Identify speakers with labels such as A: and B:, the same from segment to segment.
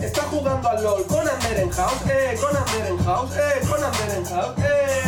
A: Está jugando al LOL con Anderenhaus, eh, con Anderenhaus, eh, con Anderenhaus, eh.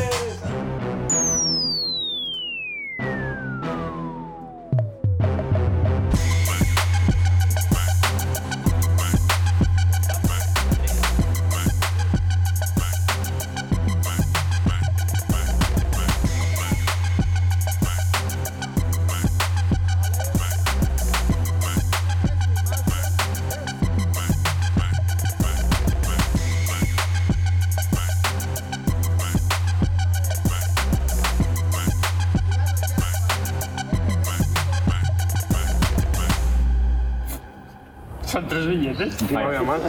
B: Son tres billetes.
C: No había mal.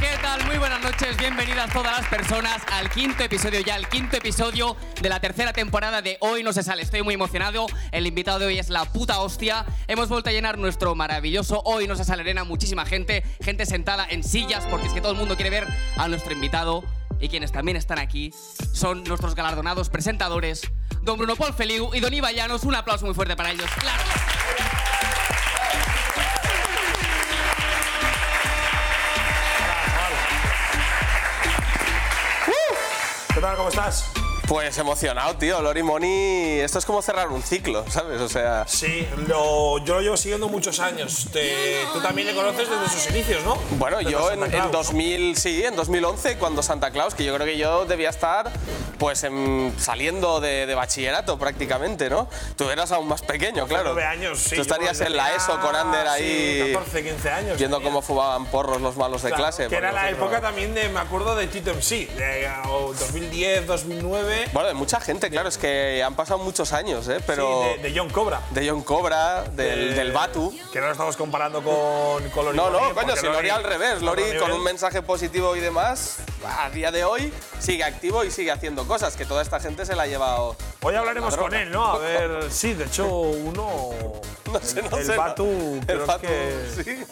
D: ¿Qué tal? Muy buenas noches, bienvenidas todas las personas al quinto episodio, ya el quinto episodio de la tercera temporada de Hoy No Se Sale. Estoy muy emocionado, el invitado de hoy es la puta hostia. Hemos vuelto a llenar nuestro maravilloso Hoy No Se Sale Arena, muchísima gente, gente sentada en sillas, porque es que todo el mundo quiere ver a nuestro invitado. Y quienes también están aquí son nuestros galardonados presentadores, don Bruno Paul Feliu y don Iba Llanos. Un aplauso muy fuerte para ellos, claro.
C: ¿Qué tal? ¿Cómo estás?
E: Pues emocionado, tío. Lori Moni, esto es como cerrar un ciclo, ¿sabes? O sea,
C: Sí, lo, yo lo llevo siguiendo muchos años. Te- tú también le conoces desde sus inicios, ¿no?
E: bueno,
C: Desde
E: yo en,
C: Santa
E: en
C: Claus, ¿no?
E: 2000, sí, en 2011, cuando Santa Claus, que yo creo que yo debía estar, pues, en- saliendo de, de bachillerato prácticamente, ¿no? Tú eras aún más pequeño, claro.
C: Nueve años, sí.
E: Tú
C: yo
E: estarías
C: cuando
E: en la
C: tenía,
E: ESO con Ander
C: sí,
E: ahí,
C: 14, 15 años.
E: viendo
C: tenía.
E: cómo fumaban porros los malos de
C: Claro,
E: clase.
C: Que era
E: porque
C: la
E: nosotros-
C: época también de, me acuerdo, de Tito MC, de o 2010, 2009.
E: Bueno, de mucha gente, claro, es que han pasado muchos años, ¿eh? Pero
C: sí, de, de John Cobra.
E: de, John Cobra, del,
C: de-
E: del Batu.
C: Que no lo estamos comparando con, con Lori
E: No,
C: Moni,
E: no, coño,
C: porque
E: si Lori al revés. Lori con un mensaje positivo y demás, a día de hoy sigue activo y sigue haciendo cosas, que toda esta gente se la ha llevado.
C: Hoy hablaremos
E: la droga.
C: con él, ¿no? A ver, sí, de hecho, uno.
E: No sé, no
C: el
E: sé. no.
C: Batu,
E: el
C: creo
E: Batu,
C: que-
E: sí.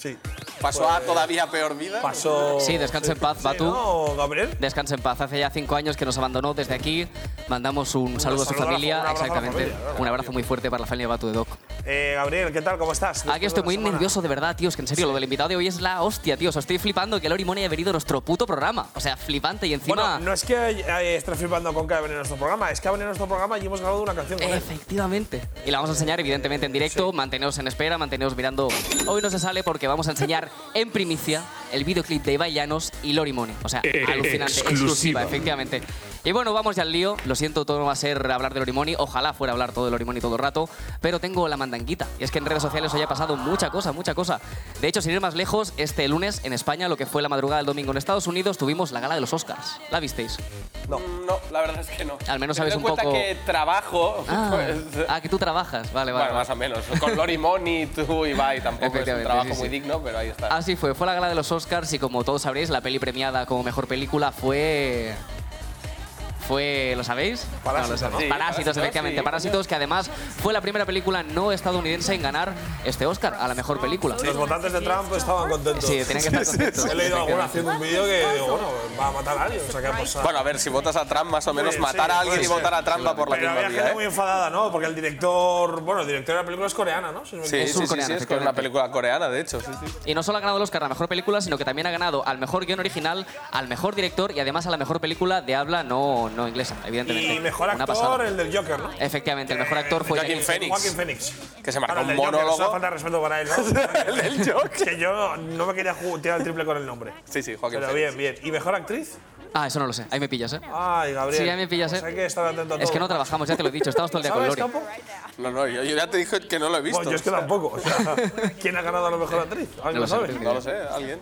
C: Sí.
E: Pasó a todavía peor vida.
C: Pasó.
D: Sí, descansa en paz,
C: Sí,
D: Batu.
C: ¿no, Gabriel?
D: Descansa en paz. Hace ya cinco años que nos abandonó. Desde aquí mandamos un saludo a su
C: saludo a la
D: familia.
C: fa- un abrazo a la
D: Exactamente.
C: familia, claro,
D: un abrazo muy fuerte para la familia Batu de Doc.
C: Eh, Gabriel, ¿qué tal? ¿Cómo estás? Después
D: Aquí estoy
C: de
D: muy
C: la semana.
D: nervioso, de verdad, tío. Es que en serio, lo del invitado de hoy es la hostia, tío. Os estoy flipando que Lori Money haya venido a nuestro puto programa. O sea, flipante y encima.
C: Bueno, no es que eh, esté flipando con que ha venido a nuestro programa, es que ha venido a nuestro programa y hemos grabado una canción con él.
D: Efectivamente. Y la vamos a enseñar, evidentemente, en directo. Manteneos en espera, manteneos mirando. Hoy no se sale porque vamos a enseñar en primicia el videoclip de Ibai Llanos y Lori Money. O sea,
B: Eh,
D: alucinante,
B: exclusiva.
D: exclusiva. efectivamente. Y bueno, vamos ya al lío. Lo siento, todo no va a ser hablar de Lori Money. Ojalá fuera hablar todo de Lori Money todo el rato. Pero tengo la mandanguita. Y es que en redes sociales hoy ha pasado mucha cosa, mucha cosa. De hecho, sin ir más lejos, este lunes en España, lo que fue la madrugada del domingo en Estados Unidos, tuvimos la gala de los Oscars. ¿La visteis?
E: No. Mm, no, la verdad es que no.
D: Al menos
E: Teniendo
D: sabes un
E: en cuenta
D: poco-
E: que trabajo.
D: Ah,
C: eh.
E: pues,
D: ah, que tú trabajas. Vale, vale.
E: bueno,
D: vale.
E: más o menos. Con Lori Moni, tú y Bai, tampoco es un
D: Efectivamente,
E: trabajo
D: sí, sí. Ah.
E: muy digno, pero ahí está.
D: Así fue, fue la gala de los Oscars y como todos sabréis, la peli premiada como mejor película fue. Fue, ¿lo sabéis?
C: Parásitos,
D: No, lo sabéis.
E: ¿no? Sí,
D: Parásitos,
E: Parásitos,
D: efectivamente.
E: sí.
D: Parásitos, que además fue la primera película no estadounidense en ganar este Oscar a la mejor película.
C: Los votantes de Trump estaban contentos.
D: Sí, tienen que estar contentos.
C: He leído alguna haciendo un vídeo que digo, bueno, va a matar a alguien, o sea, ¿qué ha pasado?
E: Bueno, a ver, si votas a Trump, más o
C: Pues
E: menos
C: Sí,
E: matar
C: sí,
E: a alguien
C: puede
E: y
C: ser.
E: votar a Trump va por la
C: Pero
E: misma
C: había
E: vía.
C: gente
E: ¿eh?
C: muy enfadada, ¿no? Porque el director, bueno, el director de la película es coreana, ¿no? Si no me
E: Sí,
D: Es
E: sí, sí,
D: surcoreana,
E: sí, es que es una
D: efectivamente.
E: película coreana, de hecho. Sí, sí.
D: Y no solo ha ganado el Oscar a la mejor película, sino que también ha ganado al mejor guión original, al mejor director y además a la mejor película de habla no, no inglesa, evidentemente.
C: Y mejor
D: Una
C: actor,
D: pasada.
C: el del Joker, ¿no?
D: Efectivamente, el mejor actor fue
E: Joaquin
D: Joaquin
E: Phoenix.
C: Joaquín Phoenix.
E: Que se marcó
C: Claro, el del
E: un
C: Joker,
E: monólogo.
C: eso falta de respeto para él, ¿no?
E: El del Joker.
C: que yo no me quería ju- tirar el triple con el nombre.
E: Sí, sí, Joaquín
C: Pero
E: Phoenix.
C: bien, bien. ¿Y mejor actriz?
D: Ah, eso no lo sé, ahí me pillas, ¿eh?
C: Ay, Gabriel.
D: Sí, ya me pillas,
C: pues
D: ¿eh?
C: Hay que estar atento a todo.
D: Es que no trabajamos, ya te lo he dicho, estamos todo el día con
C: ¿Sabes,
D: Lori.
C: Capo?
E: No, no, yo, yo ya te dije que no lo he visto.
C: Bueno, yo es que
E: o sea,
C: tampoco. o sea, ¿Quién ha ganado a la mejor actriz? ¿Alguien
F: lo
C: lo
F: sé,
C: sabe?
E: No lo sé, alguien.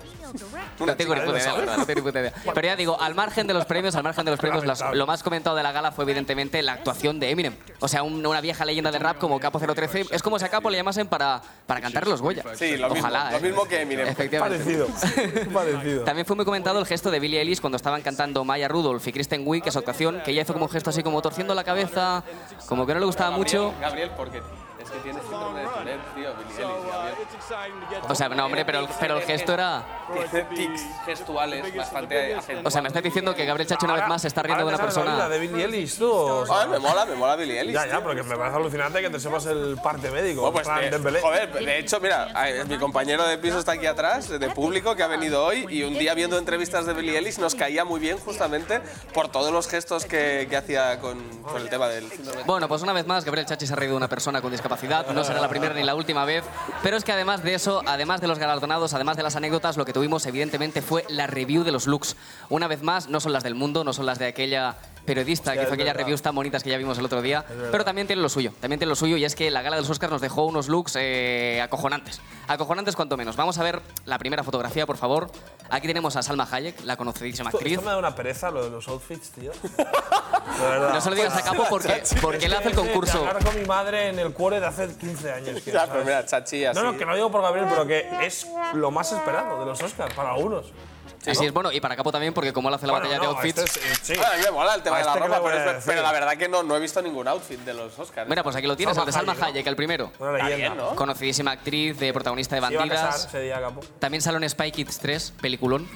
F: No tengo ni
C: chica,
F: puta
C: ¿eh?
F: idea,
C: Lo sabe.
F: no tengo ni puta idea. Pero ya digo, al margen de los premios, al margen de los premios, las- lo más comentado de la gala fue evidentemente la actuación de Eminem. O sea, un- una vieja leyenda del rap como Capo 013. Es como si a Capo le llamasen para, para cantar los Goya.
E: Sí, lo mismo,
F: Ojalá,
E: lo
F: ¿eh?
E: mismo que Eminem.
F: Efectivamente.
C: Parecido. Parecido.
F: También fue muy comentado el gesto de Billie Eilish cuando estaban cantando Maya Rudolph y Kristen Wiig, que es su actuación, que ella hizo como un gesto así como torciendo la cabeza, como que no le gustaba mucho.
E: Gabriel, porque es que tienes síndrome de Tourette, tío, Billy Ellis, Gabriel.
F: O sea, no, hombre, pero, el- pero el gesto era...
E: Tiene tics gestuales bastante
F: O sea, me estás diciendo que Gabriel Chacho una vez más se está riendo de una
C: Ahora te sabes la vida
F: persona...
C: de Billie Eilish, tú. o sea,
E: Joder, me mola, me mola Billy Ellis.
C: ya, ya, porque me parece alucinante que te sepas el parte médico.
E: Bueno, pues,
C: en plan,
E: eh,
C: Dembélé.
E: joder, de hecho, mira, eh, mi compañero de piso está aquí atrás, de público, que ha venido hoy y un día viendo entrevistas de Billy Ellis nos caía muy bien justamente por todos los gestos que, que hacía con, con el tema del síndrome.
F: Bueno, pues una vez más, Gabriel Chachi se ha reído de una persona con discapacidad. No será la primera ni la última vez. Pero es que además de eso, además de los galardonados, además de las anécdotas, lo que tuvimos evidentemente fue la review de los looks. Una vez más, no son las del mundo, no son las de aquella periodista que hizo aquellas reviews tan bonitas que ya vimos el otro día, pero también tiene lo suyo, también tiene lo suyo y es que la gala de los Oscars nos dejó unos looks eh, acojonantes, acojonantes cuanto menos. Vamos a ver la primera fotografía, por favor. Aquí tenemos a Salma Hayek, la conocidísima
C: Esto-
F: actriz.
C: Esto me da una pereza lo de los outfits, tío. De verdad.
F: No se lo digas a Capo porque, porque él hace el concurso.
C: Hablar con mi madre en el cuore de hace 15 años. tío, ¿sabes?
E: Ya, pero Pues mira, chachi, así.
C: No, no, que no digo por Gabriel, pero que es lo más esperado de los Oscars para algunos.
F: Así es, bueno, y para Capo también, porque como él hace la
C: Bueno,
F: batalla de
C: no,
F: outfits.
C: este es- eh, sí.
E: Bueno, a mí me mola el tema
C: A
E: de la
C: este que
E: ropa,
C: le voy
E: pero,
C: a
E: es ver-
C: decir.
E: pero la verdad que no, no he visto ningún outfit de los Oscars.
F: Mira, pues aquí lo tienes, el de Salma Hayek, el primero.
C: Una
E: Está
C: leyenda.
E: bien, ¿no?
F: Conocidísima actriz de protagonista de
C: Se iba a casar
F: Bandidas.
C: ese día, Capo.
F: También sale en Spy Kids 3, peliculón.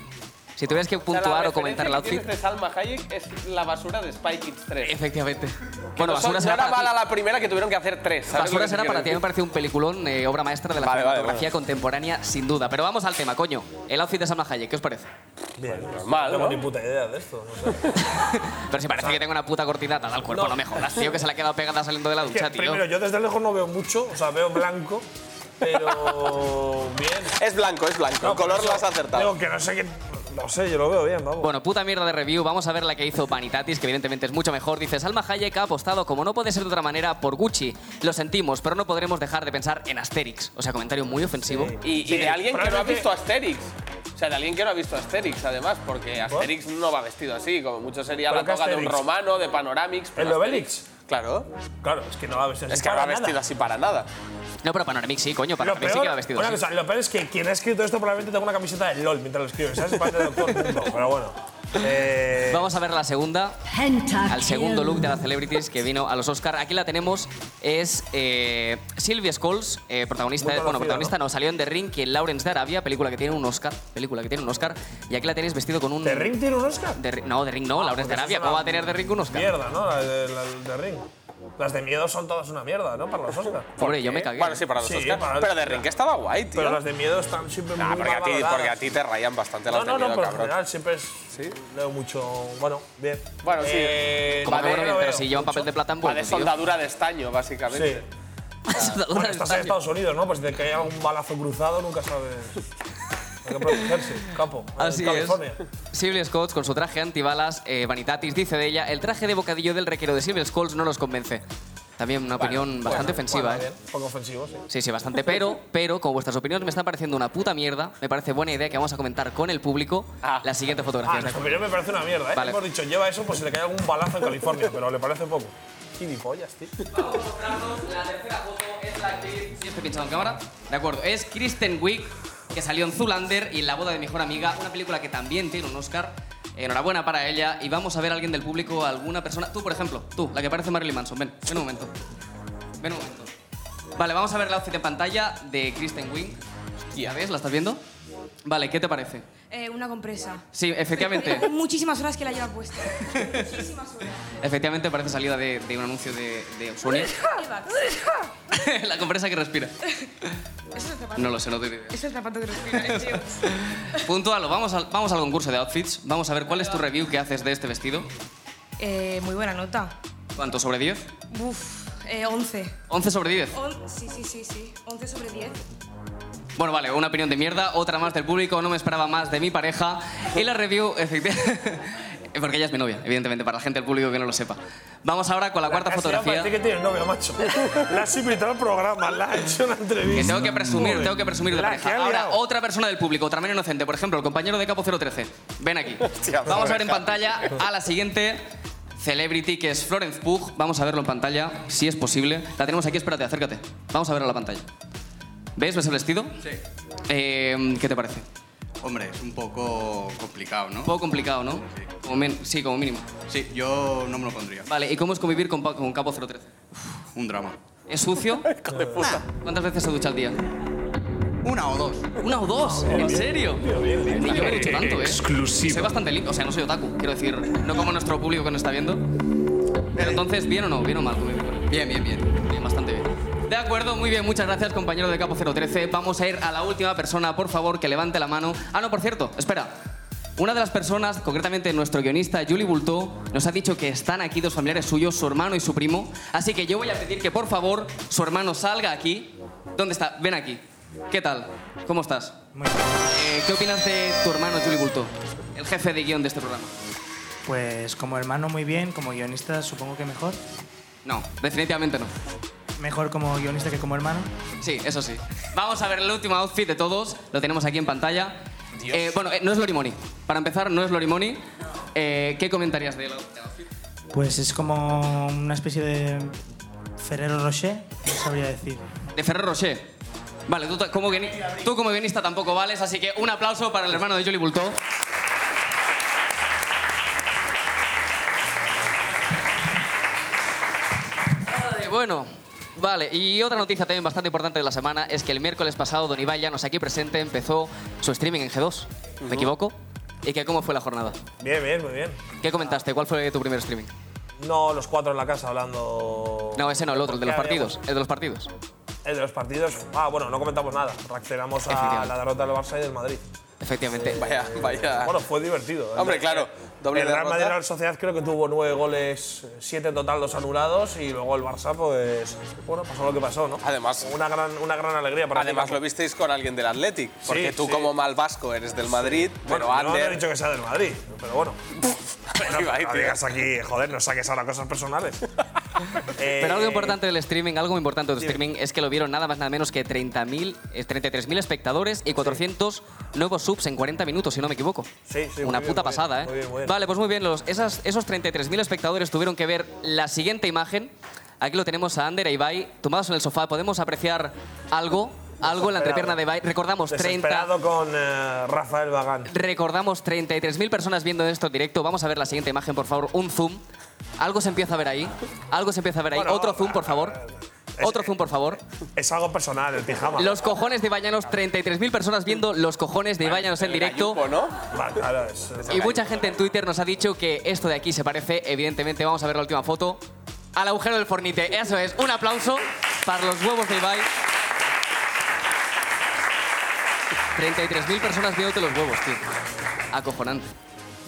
F: Si tuvieras que
E: sea, la
F: puntuar o
E: referencia
F: comentar el
E: que
F: outfit.
E: tienes de Salma Hayek es la basura de Spy Kids 3.
F: Efectivamente. Bueno,
E: No son-
F: basura
E: no
F: será
E: era mala
F: para ti.
E: la primera que tuvieron que hacer tres. ¿sabes lo
F: Basura
E: que te
F: será
E: quiero
F: para ti. A mí me
E: decir?
F: parece un peliculón, eh, obra maestra de la
E: Vale, vale,
F: cinematografía contemporánea, sin duda. Pero vamos al tema, coño. El outfit de Salma Hayek, ¿qué os parece?
C: Bien.
E: normal,
C: No tengo
E: ¿no?
C: ni puta idea de esto. no sé.
F: Pero si parece que tengo una puta cortina atada al cuerpo, no, me jodas, tío, que se le ha quedado pegada saliendo de la
C: Que
F: ducha, tío.
C: Primero, yo desde lejos no veo mucho, o sea, veo blanco, pero bien.
E: Es blanco, es blanco.
C: No,
E: el color
C: por
E: lo has
C: eso
E: acertado.
C: Digo que no sé qué. No sé, yo lo veo bien, vamos.
F: Bueno, puta mierda de review. Vamos a ver la que hizo Vanitatis, que evidentemente es mucho mejor. Dice, Salma Hayek ha apostado, como no puede ser de otra manera, por Gucci. Lo sentimos, pero no podremos dejar de pensar en Asterix. O sea, comentario muy ofensivo.
E: Y, y
C: Sí,
E: de alguien que no ha
C: probablemente-
E: visto Asterix. O sea, de alguien que no ha visto Asterix, además, porque Asterix no va vestido así, como mucho sería
C: ¿Pero
E: la
C: qué
E: toga de un
C: Asterix?
E: romano, de Panoramix. pero
C: ¿El de
E: Asterix- Claro,
C: Claro, es que no va a vestir así.
E: es que no
C: Pues para
E: va vestido
C: nada.
E: así para nada.
F: No, pero Panoramic sí, coño.
C: Lo
F: Panoramic
C: peor,
F: sí que va vestido
C: una
F: así.
C: cosa, lo peor es que quien ha escrito esto probablemente tenga una camiseta de LOL mientras lo escribe, ¿sabes? Para tener todo el mundo, pero bueno. Eh,
F: Vamos a ver la segunda. Al
G: Al
F: segundo look de las celebrities que vino a los Oscar. Aquí la tenemos. Es eh, Sylvia Scholes, eh, protagonista.
C: Muy
F: de- bueno,
C: conocida,
F: protagonista ¿no? salió en The Ring y en Lawrence de Arabia, película que tiene un Oscar. Película que tiene un Oscar. Y aquí la tenéis vestido con un.
C: ¿The Ring tiene un Oscar?
F: The Ring- Mm. no, The Ring no, Lawrence de
C: porque eso
F: Arabia.
C: es
F: ¿Cómo
C: una
F: va a tener The Ring un Oscar?
C: Mierda, ¿no? La de, la de The Ring. Las de miedo son todas una mierda, ¿no? Para los Oscars.
F: Hombre, yo me cagué.
E: Bueno, sí, para los
C: Sí,
E: Oscars.
C: para-
E: Pero de Ring estaba guay, tío.
C: Pero las de miedo están siempre
E: Ah,
C: muy
E: porque, a
C: mal
E: ti,
C: valoradas.
E: porque a ti te rayan bastante
C: No,
E: las
C: no,
E: de
C: no, pues
E: miedo,
C: pero en general
E: cabrón.
C: siempre es. Leo mucho. Bueno, bien. Eh,
E: Bueno, sí.
F: Como
E: Vale,
F: que bueno, bien,
C: lo
F: pero
C: veo
F: si llevan papel de plata en
E: Va de
F: vuelta, tío.
E: soldadura de estaño,
C: Sí.
E: básicamente.
F: Soldadura
C: Bueno,
F: de
C: estás en
F: estaño.
C: Estados Unidos, ¿no? Pues si te cae algún balazo cruzado, nunca sabes. Hay que protegerse, capo. en
F: Así es.
C: California.
F: Silvia Scott, con su traje antibalas, eh, Vanitatis dice de ella, el traje de bocadillo del requero de Silvia Scott no los convence. También una opinión bastante ofensiva,
C: Bueno,
F: ¿eh?
C: bien, poco ofensivo, sí.
F: Sí, sí, bastante. Pero, pero, como vuestras opiniones me están pareciendo una puta mierda, me parece buena idea que vamos a comentar con el público
E: Ah.
F: la siguiente
C: Ah,
F: fotografía.
C: nuestra opinión me parece una mierda, ¿eh?
F: Vale.
C: Hemos dicho, lleva eso por si le cae algún balazo en California, pero le parece poco. Gilipollas, tío.
F: La tercera foto es la actriz. Yo estoy pinchado en cámara. De acuerdo. Es Kristen Wiig, que salió en Zulander y en La boda de mi mejor amiga, una película que también tiene un Oscar. Enhorabuena para ella. Y vamos a ver a alguien del público, alguna persona. Tú, por ejemplo, tú, la que parece Marilyn Manson. Ven, ven un momento. Ven un momento. Vale, vamos a ver la outfit en pantalla de Kristen Wiig. ¿Ya ves? ¿La estás viendo? Vale, ¿qué te parece?
H: Eh, una compresa.
F: Sí, efectivamente.
H: Hace muchísimas horas que la lleva puesta. Muchísimas horas.
F: Efectivamente, parece salida de, de un anuncio de, de Sony.
H: Lleva-
F: la compresa que respira.
H: Es el zapato.
F: No lo sé, no tengo idea.
H: Es el zapato que respira, tío.
F: Puntualo, vamos al, vamos al concurso de outfits. Vamos a ver cuál es tu review que haces de este vestido.
H: Eh, muy buena nota.
F: ¿Cuánto sobre 10?
H: Uf, eh, 11.
F: 11 sobre 10.
H: On- sí, sí, sí, sí. 11 sobre 10.
F: Bueno, vale, una opinión de mierda, otra más del público, no me esperaba más de mi pareja. Y la review, efectivamente.
D: porque ella es mi novia, evidentemente, para la gente del público que no lo sepa. Vamos ahora con la cuarta
C: Casi
D: fotografía.
C: Parece que tienes novia, macho. La has invitado al programa, la has hecho una entrevista.
D: Que tengo que presumir,
C: Joder.
D: tengo que presumir de
C: La que
D: pareja.
C: ha
D: Ahora,
C: liado.
D: otra persona del público, otra menos inocente. Por ejemplo, el compañero de Capo 013. Ven aquí.
E: Hostia,
D: Vamos a ver en
E: pareja.
D: pantalla a la siguiente celebrity, que es Florence Pugh. Vamos a verlo en pantalla, si es posible. La tenemos aquí, espérate, acércate. Vamos a verla en la pantalla. ¿Ves? ¿Ves el vestido?
I: Sí.
D: Eh, ¿Qué te parece?
I: Hombre, es un poco complicado, ¿no?
D: Un poco complicado, ¿no? Como men- sí, como mínimo.
I: Sí, yo no me lo pondría.
D: Vale, ¿y cómo es convivir con, pa- con Capo 013?
I: Un drama.
D: ¿Es sucio? Nah. ¿Cuántas veces se ducha al día?
I: Una o dos.
D: ¿Una o dos? ¿En serio? Ni yo me ducho tanto, ¿eh?
B: Exclusiva.
D: Soy bastante limpio, o sea, no soy otaku. Quiero decir, no como nuestro público que nos está viendo. Pero entonces, ¿bien o no? ¿Bien o mal? Bien, bien, bien. Bien, bastante bien. De acuerdo, muy bien, muchas gracias, compañero de Capo 013. Vamos a ir a la última persona, por favor, que levante la mano. Ah, no, por cierto, espera. Una de las personas, concretamente nuestro guionista Julie Bulto, nos ha dicho que están aquí dos familiares suyos, su hermano y su primo. Así que yo voy a pedir que, por favor, su hermano salga aquí. ¿Dónde está? Ven aquí. ¿Qué tal? ¿Cómo estás? Eh, ¿Qué opinas de tu hermano Julie Bulto, el jefe de guión de este programa?
J: Pues como hermano muy bien, como guionista supongo que mejor.
D: No, definitivamente no.
J: Mejor como guionista que como hermano.
D: Sí, eso sí. Vamos a ver el último outfit de todos. Lo tenemos aquí en pantalla. Eh, bueno, eh, no es Lorimoni. Para empezar, no es Lorimoni. Eh, ¿Qué comentarías de él?
J: Pues es como una especie de Ferrero Rocher, no sabría decir.
D: De Ferrer Rocher. Vale, tú, ta- como guioni- tú como guionista tampoco vales, así que un aplauso para el hermano de Julie Bulto. Vale, Bueno, vale, y otra noticia también bastante importante de la semana es que el miércoles pasado Don Ibai Llanos aquí presente empezó su streaming en G2, ¿me equivoco? ¿Y qué, cómo fue la jornada?
C: Bien, bien, muy bien.
D: ¿Qué comentaste? ¿Cuál fue tu primer streaming?
C: No, los cuatro en la casa hablando.
D: No, ese no, el otro, el de los partidos. El de los partidos.
C: El de los partidos. Ah, bueno, no comentamos nada. Reaccionamos a
D: Efectivamente.
C: la derrota del Barça y del Madrid.
D: Efectivamente.
E: Vaya,
D: Ah.
E: vaya.
C: Bueno, fue divertido.
E: Hombre, claro, doble
C: el Real
E: derrota.
C: Madrid Real Sociedad creo que tuvo nueve goles, siete en total, dos anulados y luego el Barça, pues bueno, pasó lo que pasó, ¿no?
E: Además-
C: una gran, una gran alegría para
E: Además, lo visteis con alguien del Athletic. Porque tú,
C: sí.
E: como mal vasco, eres del Madrid,
C: Bueno,
E: pero
C: no, no he
E: Ander.
C: dicho que sea del Madrid, pero bueno. Bueno,
E: Ibai,
C: no
E: tío.
C: digas aquí, joder, no saques ahora cosas personales. Eh,
D: Pero algo importante del streaming, algo muy importante del streaming es que lo vieron nada más nada menos que 30.000, eh, 33.000 espectadores y 400 nuevos subs en 40 minutos, si no me equivoco.
C: Sí, sí, muy
D: Una
C: bien,
D: puta
C: muy bien,
D: pasada, ¿eh?
C: muy bien, muy bien.
D: Vale, pues muy bien, los, esas, esos 33.000 espectadores tuvieron que ver la siguiente imagen. Aquí lo tenemos a Ander e Ibai tomados en el sofá. Podemos apreciar algo, algo en la entrepierna de Ibai. Recordamos 30
C: Desesperado con eh, Rafael Bagán.
D: Recordamos 33.000 personas viendo esto en directo. Vamos a ver la siguiente imagen, por favor. Un zoom. Algo se empieza a ver ahí. Algo se empieza a ver ahí.
C: Bueno, eh,
D: Otro zoom, por favor.
C: es-
D: Otro zoom, por favor.
C: Es algo personal, el pijama.
D: Los cojones de Ibañanos, 33.000 personas viendo los cojones de Ibañanos en directo.
E: Ayupo, ¿no?
C: Vale, claro, es-
D: Y mucha gente en Twitter nos ha dicho que esto de aquí se parece, evidentemente, vamos a ver la última foto, al agujero del fornite. Eso es, un aplauso para los huevos de Ibai. 33.000 personas viéndote los huevos, tío. Acojonante.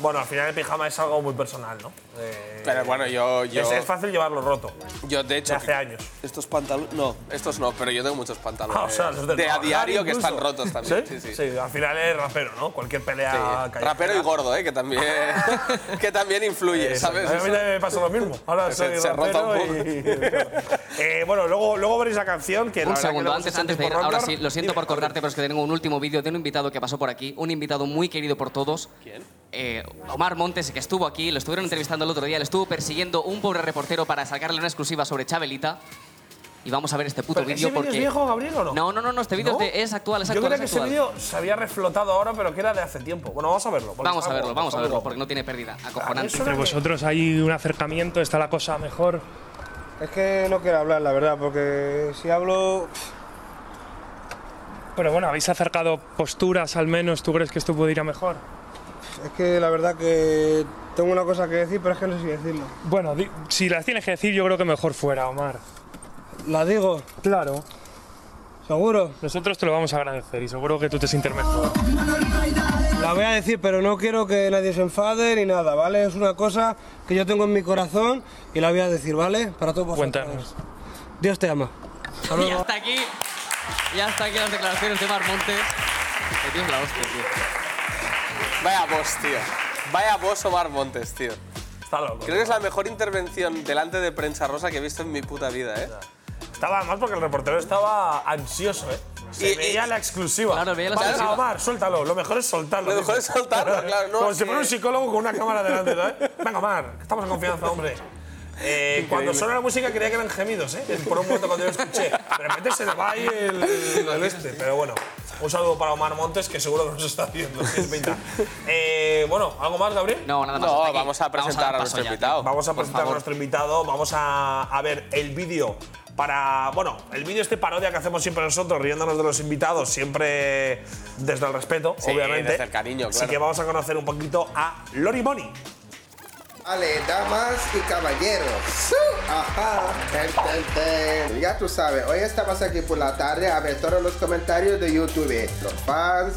C: Bueno, al final el pijama es algo muy personal, ¿no? Eh,
E: Pero bueno, yo. yo Eh,
C: es, es fácil llevarlo roto,
E: Yo, de
C: de
E: hecho,
C: hace años.
E: estos pantalones. No, estos no, pero yo tengo muchos pantalones.
C: Ah, o sea, los del
E: de a
C: trabajar
E: diario que
C: incluso.
E: están rotos también. Sí, sí.
C: al final es rapero, ¿no? Cualquier pelea
E: Sí.
C: callejera.
E: Rapero y gordo, ¿eh? que también, que también influye,
C: Eh,
E: ¿sabes?
C: A mí me pasa lo mismo. Ahora
E: Se-
C: soy
E: se rota
C: rapero
E: un poco.
C: y- Eh, bueno, luego, luego veréis la canción que la
D: Un
C: verdad que
D: segundo,
C: la
D: antes,
C: hemos
D: antes de
C: hecho
D: ir,
C: por
D: ahora
C: Rocklar.
D: sí, lo siento
C: Dime,
D: por cortarte, pero es que tengo un último vídeo de un invitado que pasó por aquí, un invitado muy querido por todos. ¿Quién? Omar Montes, que estuvo aquí, lo estuvieron entrevistando el otro día, le estuvo persiguiendo un pobre reportero para sacarle una exclusiva sobre Chabelita. Y vamos a ver este puto
C: ¿Pero ¿Ese
D: vídeo
C: vídeo
D: porque...
C: es viejo, Gabriel, o no?
D: No, no, no, no, este vídeo
C: ¿No?
D: es, de- es actual, es
C: Yo
D: actual.
C: creo
D: es
C: que ese
D: actual.
C: vídeo se había reflotado ahora, pero que era de hace tiempo. Bueno, vamos a verlo. porque
D: Vamos a
C: está
D: verlo,
C: guapo,
D: vamos a
C: está
D: verlo,
C: guapo.
D: porque no tiene pérdida. Acojonante.
C: Eso era
K: Entre vosotros hay un acercamiento, está la cosa mejor.
F: Es que no quiero hablar, la verdad, porque si hablo.
K: Pero bueno, habéis acercado posturas al menos, ¿tú crees que esto puede ir a mejor?
F: Es que la verdad que tengo una cosa que decir, pero es que no sé si decirlo.
K: Bueno, di- si las tienes que decir, yo creo que mejor fuera, Omar.
F: ¿La digo?
K: Claro.
F: ¿Seguro?
K: Nosotros te lo vamos a agradecer y seguro que tú te sientes mejor.
F: La voy a decir, pero no quiero que nadie se enfade ni nada, ¿vale? Es una cosa que yo tengo en mi corazón y la voy a decir, ¿vale? Para todos vosotros.
K: Cuéntanos.
F: Dios te ama. Hasta
D: Y
F: luego.
D: hasta aquí, ya hasta aquí las declaraciones de Omar Montes. Que tío es la hostia, tío.
E: Vaya vos, tío. Vaya vos Omar Montes, tío.
C: Está loco.
E: Creo que es la mejor intervención delante de prensa rosa que he visto en mi puta vida, ¿eh?
C: Estaba mal porque el reportero estaba ansioso, ¿eh? Se
E: Y- y-
C: veía la exclusiva.
D: Claro, veía la
C: Pasa,
D: exclusiva.
C: Omar, suéltalo. Lo mejor es soltarlo.
E: Lo mejor
C: dice.
E: es soltarlo, claro, no,
C: Como
E: es
C: si fuera
E: que-
C: un psicólogo con una cámara delante, ¿sabes? Venga, Omar, que estamos en confianza, hombre. Eh, cuando suena la música creía que eran gemidos, ¿eh? Por un momento cuando yo lo escuché. De repente se le va ahí el, el este. Pero bueno, un saludo para Omar Montes, que seguro que nos está viendo. ¿eh? Venga. Eh, bueno, ¿algo más, Gabriel?
D: No, nada más.
E: No,
D: hasta aquí.
E: vamos a
D: dar
E: presentar a
D: paso ya,
E: nuestro
D: tío.
E: invitado.
C: Vamos a
D: Por
C: presentar a
D: favor.
C: nuestro invitado, vamos a, a ver el vídeo para, bueno, el vídeo este parodia que hacemos siempre nosotros, riéndonos de los invitados, siempre desde el respeto,
E: Sí,
C: obviamente.
E: desde el cariño,
C: Así
E: claro.
C: que vamos a conocer un poquito a Lori Moni.
F: Vale, damas y caballeros. Ajá. Ten, ten, ten. Ya tú sabes, hoy estamos aquí por la tarde a ver todos los comentarios de YouTube. Los fans,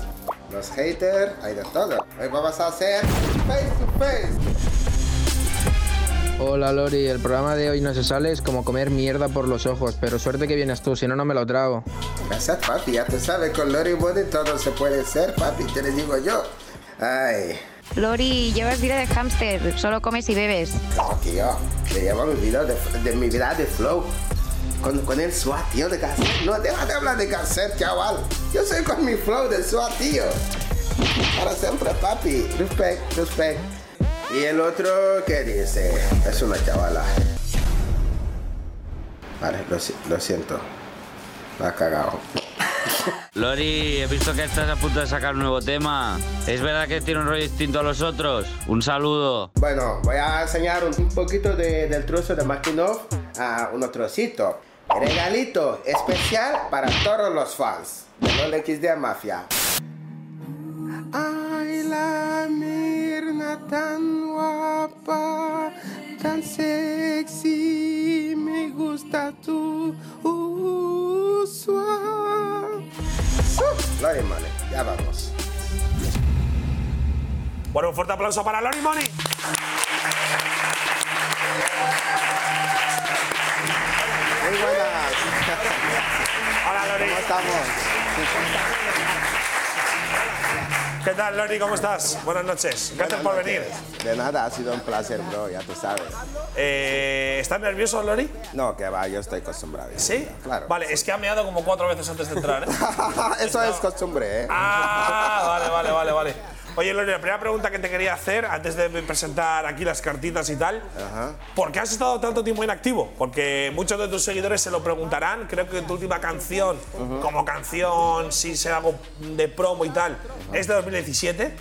F: los haters, hay de todo. Hoy vamos a hacer face to face.
A: Hola Lori, el programa de hoy no se sale es como comer mierda por los ojos, pero suerte que vienes tú, si no, no me lo trago.
F: Gracias, papi. Ya tú sabes, con Lori Body todo se puede ser, papi. Te les digo yo. Ay.
G: Lori, llevas vida de hámster, solo comes y bebes.
F: No, tío, me lleva mi vida de, de mi vida de flow. Con, con el SWAT, tío, de cassette. No, deja de hablar de cassette, chaval. Yo soy con mi flow del SWAT, tío. Para siempre, papi. Respect, respect. Y el otro, ¿qué dice? Es una chavala. Vale, lo, si- lo siento. La has cagado.
A: Lori, he visto que estás a punto de sacar un nuevo tema. ¿Es verdad que tiene un rollo distinto a los otros? Un saludo.
F: Bueno, voy a enseñar un, un poquito de- del trozo de Makinov a un trocito. Regalito especial para todos los fans de LOL XD Mafia. Ay, la Mirna tan guapa, tan sexy, me gusta tu uso. Lore, mole, ya vamos.
C: Bueno, un fuerte aplauso para Lori Moni.
F: Muy buenas,
C: Hola Lori.
F: ¿cómo estamos?
C: ¿Qué tal Lori? ¿Cómo estás? Buenas noches. Gracias por venir.
F: De nada, ha sido un placer, bro, ya tú sabes.
C: Eh, ¿Estás nervioso, Lori?
F: No, que va, yo estoy acostumbrado.
C: Sí.
F: Claro.
C: Vale, es que ha meado como cuatro veces antes de entrar. ¿eh?
F: Eso es costumbre, ¿eh?
C: Ah, vale, vale, vale, vale. Oye, Lori, la primera pregunta que te quería hacer, antes de presentar aquí las cartitas y tal, ¿por qué has estado tanto tiempo inactivo? Porque muchos de tus seguidores se lo preguntarán. Creo que tu última canción, como canción, si se algo de promo y tal, es de 2017.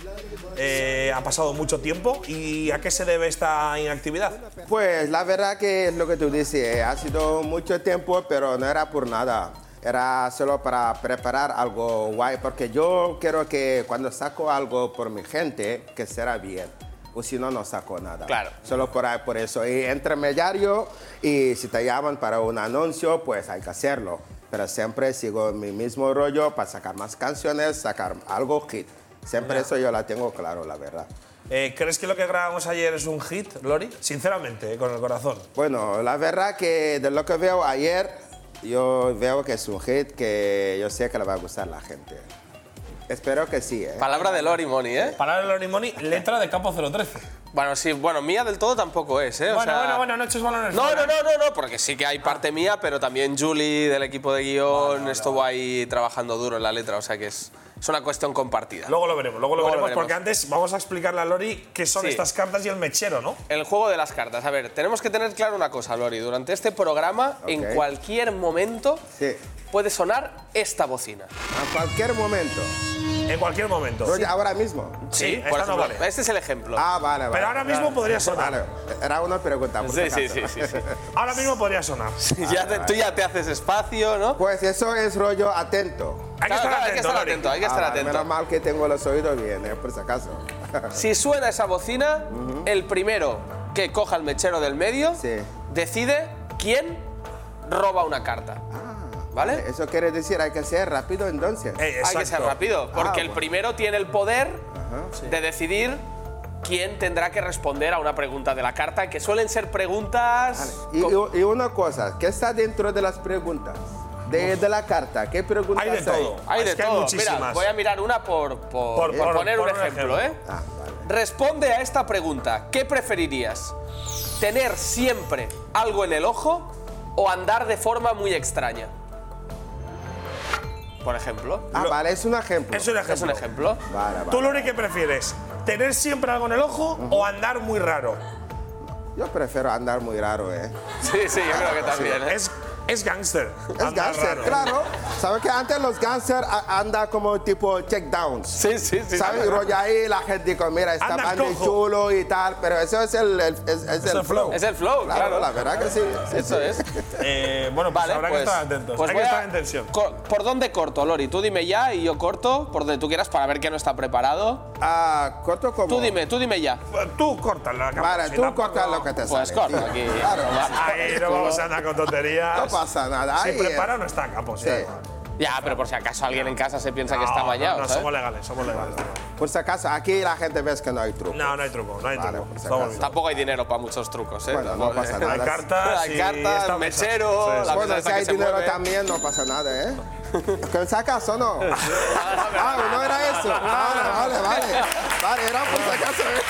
C: Eh, ha pasado mucho tiempo. ¿Y a qué se debe esta inactividad?
F: Pues la verdad que es lo que tú dices, eh, ha sido mucho tiempo, pero no era por nada. Era solo para preparar algo guay, porque yo quiero que cuando saco algo por mi gente, que será bien. O si no, no saco nada.
E: Claro.
F: Solo por, ahí- por eso. Y intermediario, y si te llaman para un anuncio, pues hay que hacerlo. Pero siempre sigo mi mismo rollo para sacar más canciones, sacar algo hit. Siempre eso yo la tengo claro, la verdad.
C: Eh, ¿Crees que lo que grabamos ayer es un hit, Lori? Sinceramente, eh, con el corazón.
F: Bueno, la verdad que de lo que veo ayer, yo veo que es un hit que yo sé que le va a gustar a la gente. Espero que sí, ¿eh?
E: Palabra de Lori Moni, ¿eh?
C: Palabra Lori Moni, letra de Campo 013.
E: Bueno, sí, bueno, mía del todo tampoco es, ¿eh? O
C: bueno,
E: sea-
C: bueno, bueno, noches balones.
E: No,
C: fuera.
E: no, no, no, no, porque sí que hay parte mía, pero también Julie del equipo de guión estuvo ahí trabajando duro en la letra, o sea que es, es una cuestión compartida.
C: Luego lo veremos, luego lo,
E: Luego lo
C: veremos, porque
E: veremos.
C: antes vamos a explicarle a Lori qué son
E: Sí.
C: estas cartas y el mechero, ¿no?
E: El juego de las cartas. A ver, tenemos que tener claro una cosa, Lori. Durante este programa, en
F: Ok.
E: cualquier momento,
F: Sí.
E: puede sonar esta bocina.
F: A cualquier momento.
C: En cualquier momento.
F: Rollo, Ahora mismo.
C: Sí, esta
E: por
C: no
E: ejemplo.
C: vale.
E: Este es el ejemplo.
F: Ah, vale, vale.
C: Pero ahora mismo podría sonar.
F: Vale, era una pregunta. Por
E: sí,
F: si
E: sí,
F: acaso.
E: sí, sí, sí.
C: Ahora mismo podría sonar.
E: Ya te- tú ya te haces espacio, ¿no?
F: Pues eso es rollo atento.
C: Hay que
E: Claro,
C: estar
E: claro,
C: atento,
E: hay que estar
C: Lori. Eh,
E: atento, hay que estar
F: Ah, vale,
E: atento.
F: Menos mal que tengo los oídos bien, ¿eh? Por si acaso.
E: Si suena esa bocina, el primero que coja el mechero del medio
F: Sí.
E: decide quién roba una carta.
F: Ah,
E: ¿Vale?
F: Eso quiere decir hay que ser rápido entonces.
C: Eh,
E: Hay que ser
C: exacto.
E: rápido, porque el
F: Ah, bueno.
E: primero tiene el poder de decidir quién tendrá que responder a una pregunta de la carta, que suelen ser preguntas.
F: Y,
E: co-
F: y- y una cosa, ¿qué está dentro de las preguntas? De, de la carta, ¿qué preguntas
C: Hay de todo.
E: hay
C: es
E: de
C: que
E: todo.
C: Hay muchísimas.
E: Mira, voy a mirar una por, por-
C: Por-
E: por
C: por-
E: poner
C: por
E: un
C: un
E: ejemplo,
C: ejemplo.
E: ¿eh?
F: Ah, vale.
E: Responde a esta pregunta. ¿Qué preferirías? ¿Tener siempre algo en el ojo o andar de forma muy extraña? Por ejemplo.
F: Ah, vale, es un ejemplo.
C: Es un ejemplo.
E: Es un ejemplo.
F: Vale, vale.
C: ¿Tú, Lori, qué prefieres? ¿Tener siempre algo en el ojo o andar muy raro?
F: Yo prefiero andar muy raro, ¿eh?
E: Sí, sí, yo creo que también. ¿eh?
C: Es, es gángster.
F: Es gánster, claro. ¿Sabes que antes los gánster a- andan como tipo checkdowns?
E: Sí, sí, sí.
F: ¿Sabes? Rollo ahí la gente dice, mira, está
C: Andas
F: bastante
C: cojo.
F: chulo y tal, pero eso es el, el- es, es el
C: el flow.
F: flow.
E: Es el flow, claro.
F: la verdad que sí. sí,
E: Eso
F: sí.
E: es.
C: Eh, bueno, pues
E: Vale,
C: habrá
E: pues,
C: que estar atentos.
E: pues
C: Hay
E: voy
C: que
E: a-
C: estar en tensión.
E: co- ¿Por dónde corto, Lori? Tú dime ya y yo corto por donde tú quieras para ver que no está preparado.
F: Ah, corto como.
E: Tú dime, tú dime ya.
C: Tú córtala. la
F: Vale, tú corta lo que te
E: Pues
F: sale.
E: corto
F: tío.
E: aquí.
F: Claro,
C: Ahí no vamos a andar con tonterías.
F: No pasa nada.
C: Si
F: ahí,
C: prepara
F: eh,
C: o no está, capo. sí,
F: sí.
C: da igual.
E: Ya, pero por si acaso alguien en casa se piensa que está
C: No,
E: mañado,
C: No, no,
E: ¿sabes?
C: somos legales, somos legales.
F: Por si acaso, aquí la gente ves que no hay truco.
C: No, no hay truco, no hay
F: Vale,
C: truco.
F: por si
C: Somos
F: acaso.
C: bien.
E: Tampoco hay dinero para muchos trucos, ¿eh?
F: Bueno, no
E: Tampoco-
F: pasa nada.
C: Hay cartas,
E: Hay
C: y
E: cartas,
C: esta mesa.
E: mechero,
C: Sí, sí.
E: la-
F: Bueno,
E: esa
F: si
E: que
F: hay
E: se
F: dinero
E: mueve.
F: también no pasa nada, ¿eh? ¿Con sacas o no? ah, no era eso. Vale, vale, vale. Vale, era por si acaso. ¿eh?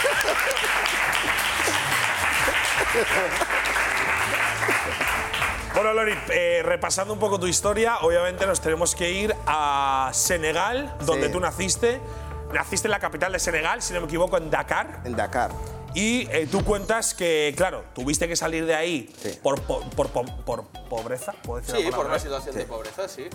C: Bueno, Lori, eh, repasando un poco tu historia, obviamente nos tenemos que ir a Senegal, donde
F: Sí.
C: tú naciste. Naciste en la capital de Senegal, si no me equivoco, en Dakar.
F: En Dakar.
C: Y eh, tú cuentas que, claro, tuviste que salir de ahí
F: Sí.
C: por, po- por, po- por pobreza. ¿puedo decir
E: Sí,
C: la
E: por
C: palabra?
E: una situación de pobreza, sí.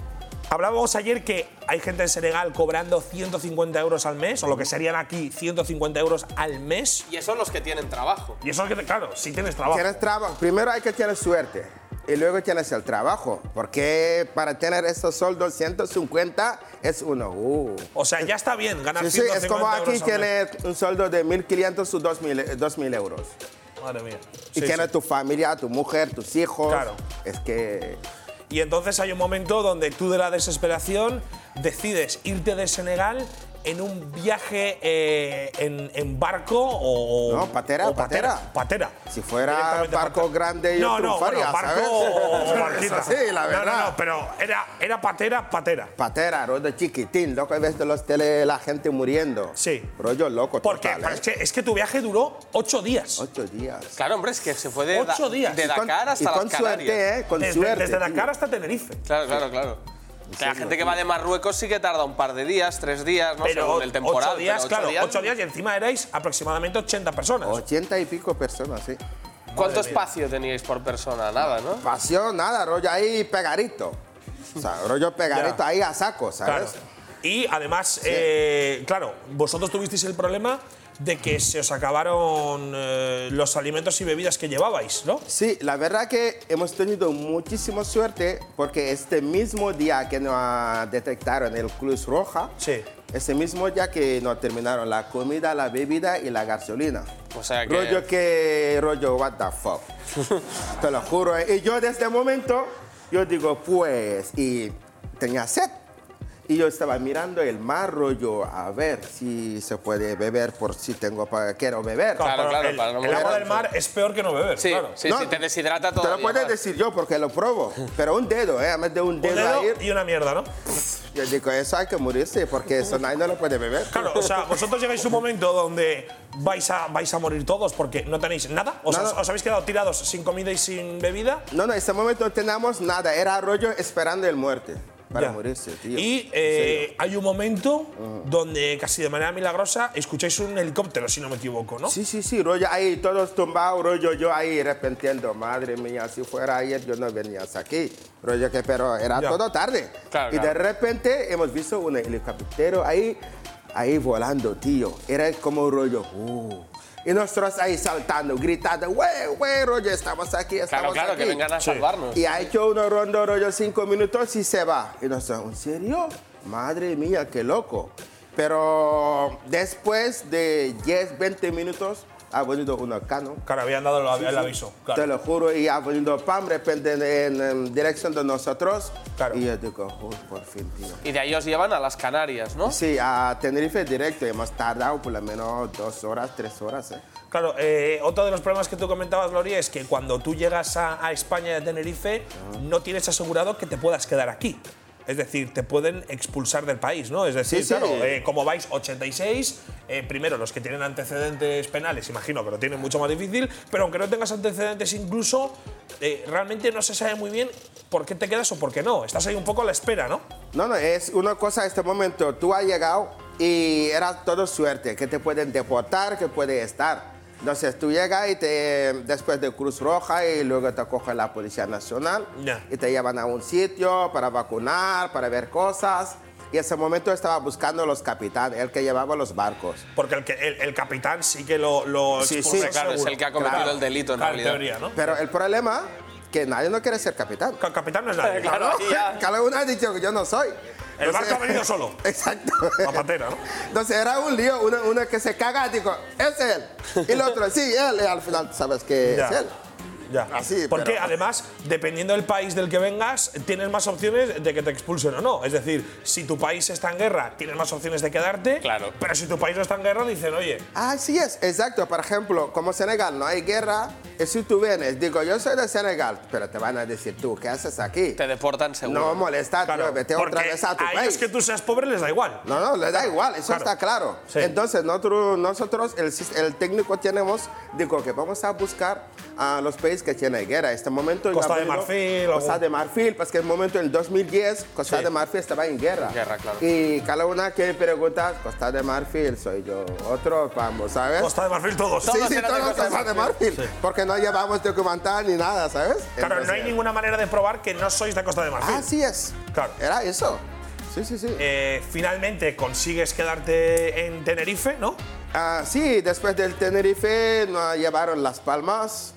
C: Hablábamos ayer que hay gente en Senegal cobrando 150 euros al mes, o lo que serían aquí 150 euros al mes.
E: Y eso los que tienen trabajo.
C: Y eso es que, te- claro, si tienes trabajo.
F: Tienes trabajo. Primero hay que tener suerte. Y luego tienes el trabajo. Porque para tener esos sueldos 150 es uno. Uh.
C: O sea, ya está bien ganar
F: Sí, sí,
C: 150
F: es como aquí
C: euros al mes.
F: tienes un sueldo de 1.500 o 2.000 eh, 2.000 euros.
C: Madre mía.
F: Y
C: Sí,
F: tienes
C: sí.
F: tu familia, tu mujer, tus hijos.
C: Claro.
F: Es que
C: Y entonces hay un momento donde tú de la desesperación decides irte de Senegal en un viaje eh, en, en barco o…
F: No, patera,
C: o
F: patera.
C: Patera.
F: Si fuera
C: Directamente
F: barco grande, yo
C: No, no,
F: triunfaría,
C: bueno, barco
F: ¿sabes?
C: o barquita.
F: Sí, la
C: No,
F: verdad.
C: no, no, pero era, era patera, patera.
F: patera, rollo chiquitín, loco, ves de los tele la gente muriendo.
C: Sí.
F: Rollo loco
C: Porque
F: total,
C: pero
F: ¿eh?
C: es, que, es que tu viaje duró ocho días.
F: Ocho días.
E: Claro, hombre, es que se fue de,
C: Ocho días.
E: de
F: Y con-
E: Dakar hasta
F: y con
E: las Canarias.
F: suerte, ¿eh? Con
C: desde,
F: suerte.
C: desde
F: tío.
C: Dakar hasta Tenerife.
E: Claro, claro, claro. Que la gente que va de Marruecos sí que tarda un par de días, tres días, ¿no? Según el temporal.
C: ocho días,
E: pero
C: claro, ocho días y encima erais aproximadamente 80 personas.
F: 80 y pico personas, sí.
E: ¿Cuánto espacio teníais por persona? Nada, ¿no?
F: Pasión, nada, rollo ahí pegadito. O sea, rollo pegadito
C: Ya.
F: ahí a saco, ¿sabes?
C: Claro. Y además, eh, claro, vosotros tuvisteis el problema de que se os acabaron eh, los alimentos y bebidas que llevabais, ¿no?
F: Sí, la verdad que hemos tenido muchísima suerte porque este mismo día que nos ah, detectaron el Cruz Roja,
C: Sí.
F: ese mismo día que nos terminaron la comida, la bebida y la gasolina.
E: O sea que-
F: Rollo que... Rollo, what the fuck. Te lo juro. eh. Y yo desde el momento, yo digo, pues, y tenía sed. Y yo estaba mirando el mar, rollo, a ver si se puede beber por si tengo para quiero beber.
E: Claro,
C: pero
E: claro,
C: el,
E: para no
C: el agua
E: morir.
C: del mar es peor que no beber,
E: Sí,
C: claro.
E: sí,
F: No,
E: sí, te deshidrata todo.
F: Te lo puedes decir yo porque lo probo, pero un dedo, ¿eh? A vez de un
C: Un
F: dedo,
C: dedo
F: ahí. ¿Eh?
C: y una mierda, ¿no?
F: Yo digo, eso hay que morirse porque eso nadie no lo puede beber.
C: Claro, o sea, vosotros llegáis a un momento donde vais a, vais a morir todos porque no tenéis nada. ¿Os,
F: Nada.
C: os habéis quedado tirados sin comida y sin bebida.
F: No, no, en ese momento no teníamos nada, era rollo esperando el muerte para
C: Ya.
F: morirse, tío.
C: Y eh, hay un momento donde casi de manera milagrosa escucháis un helicóptero, si no me equivoco, ¿no?
F: Sí, sí, sí, rollo ahí, todos tumbados, rollo yo ahí arrepentiendo, madre mía, si fuera ayer yo no venía hasta aquí. Rollo que, pero era
C: Ya.
F: todo tarde.
E: Claro,
F: y de
E: claro.
F: repente hemos visto un helicóptero ahí, ahí volando, tío. Era como un rollo, uh. Y nosotros ahí saltando, gritando, wey, wey, rollo, estamos aquí,
E: Claro,
F: estamos
E: claro,
F: aquí.
E: que vengan a
C: Sí.
E: salvarnos.
F: Y ha hecho uno rondo rollo cinco minutos y se va. Y nosotros, ¿en serio? Madre mía, qué loco. Pero después de 10, 20 minutos ha venido un cano.
C: Claro, habían dado el, el aviso. Claro.
F: Te lo juro, y ha venido pam, de repente en, en dirección de nosotros.
C: Claro.
F: Y yo digo, "Joder, por fin, tío.
E: Y de ahí os llevan a las Canarias, ¿no?
F: Sí, a Tenerife directo, hemos tardado por lo menos dos horas, tres horas. ¿eh?
C: Claro, eh, otro de los problemas que tú comentabas, Gloria, es
F: Ah.
C: que cuando tú llegas a, a España de Tenerife, no tienes asegurado que te puedas quedar aquí. Es decir, te pueden expulsar del país, ¿no? Es decir,
F: Sí, sí.
C: claro, eh, como vais 86, eh, primero los que tienen antecedentes penales, imagino que lo tienen mucho más difícil, pero aunque no tengas antecedentes incluso, eh, realmente no se sabe muy bien por qué te quedas o por qué no. Estás ahí un poco a la espera, ¿no?
F: No, no, es una cosa este momento. Tú has llegado y era todo suerte, que te pueden deportar, que puede estar. Entonces tú llegas y te, después de Cruz Roja y luego te coge la Policía Nacional
C: Ya.
F: y te llevan a un sitio para vacunar, para ver cosas. Y ese momento estaba buscando los capitanes, el que llevaba los barcos.
C: Porque el, que- el, el capitán sí que lo, lo
F: Sí,
C: expulsa
F: sí. Hombre,
E: claro, es
C: seguro.
E: el que ha cometido el delito, en
C: Claro,
E: realidad.
C: teoría, ¿no?
F: Pero el problema que nadie no quiere ser capitán.
C: Ca- capitán no es nadie.
E: Claro, aquí ya.
F: Cada uno ha dicho que yo no soy.
C: El barco
F: Entonces-
C: ha venido solo.
F: Exacto.
C: Zapatero, ¿no?
F: Entonces era un lío, uno, uno que se caga, digo, es él. Y el otro, sí, él. Y al final sabes que
C: Ya.
F: es él.
C: Ya.
F: Eh, Así,
C: Porque
F: pero-
C: además, dependiendo del país del que vengas, tienes más opciones de que te expulsen o no. Es decir, si tu país está en guerra, tienes más opciones de quedarte.
E: Claro.
C: Pero si tu país no está en guerra, dicen, oye,
F: Así es, exacto. Por ejemplo, como Senegal no hay guerra, y si tú vienes, digo, yo soy de Senegal, pero te van a decir tú, ¿qué haces aquí?
E: Te deportan seguro.
F: No molesta,
C: claro,
F: vete
C: porque
F: otra vez a tu
C: a ellos
F: país.
C: que tú seas pobre les da igual.
F: No, no, le da igual, eso
C: Claro.
F: está claro.
C: Sí.
F: Entonces, nosotros, nosotros el, sis- el técnico tenemos, digo, que vamos a buscar a los países que tienen guerra. Este momento...
C: Costa de
F: Gabriel,
C: Marfil,
F: Costa
C: algún-
F: de Marfil, porque el momento en 2010, Costa de Marfil estaba en guerra.
E: Guerra, claro.
F: Y cada una que pregunta, Costa de Marfil, soy yo. Otro, vamos, ¿sabes?
C: Costa de Marfil todos.
F: sí,
E: Todos
F: sí,
E: eran de
F: todos
E: Costa de
F: Costa de Marfil, porque no llevamos documental ni nada, ¿sabes?
C: Claro, no hay
F: Entonces-
C: ninguna manera de probar que no sois de Costa de Marfil.
F: Así es.
C: Claro.
F: Era eso. Sí, sí, sí.
C: Eh, finalmente consigues quedarte en Tenerife, ¿no?
F: Ah, sí, después del Tenerife nos llevaron Las Palmas,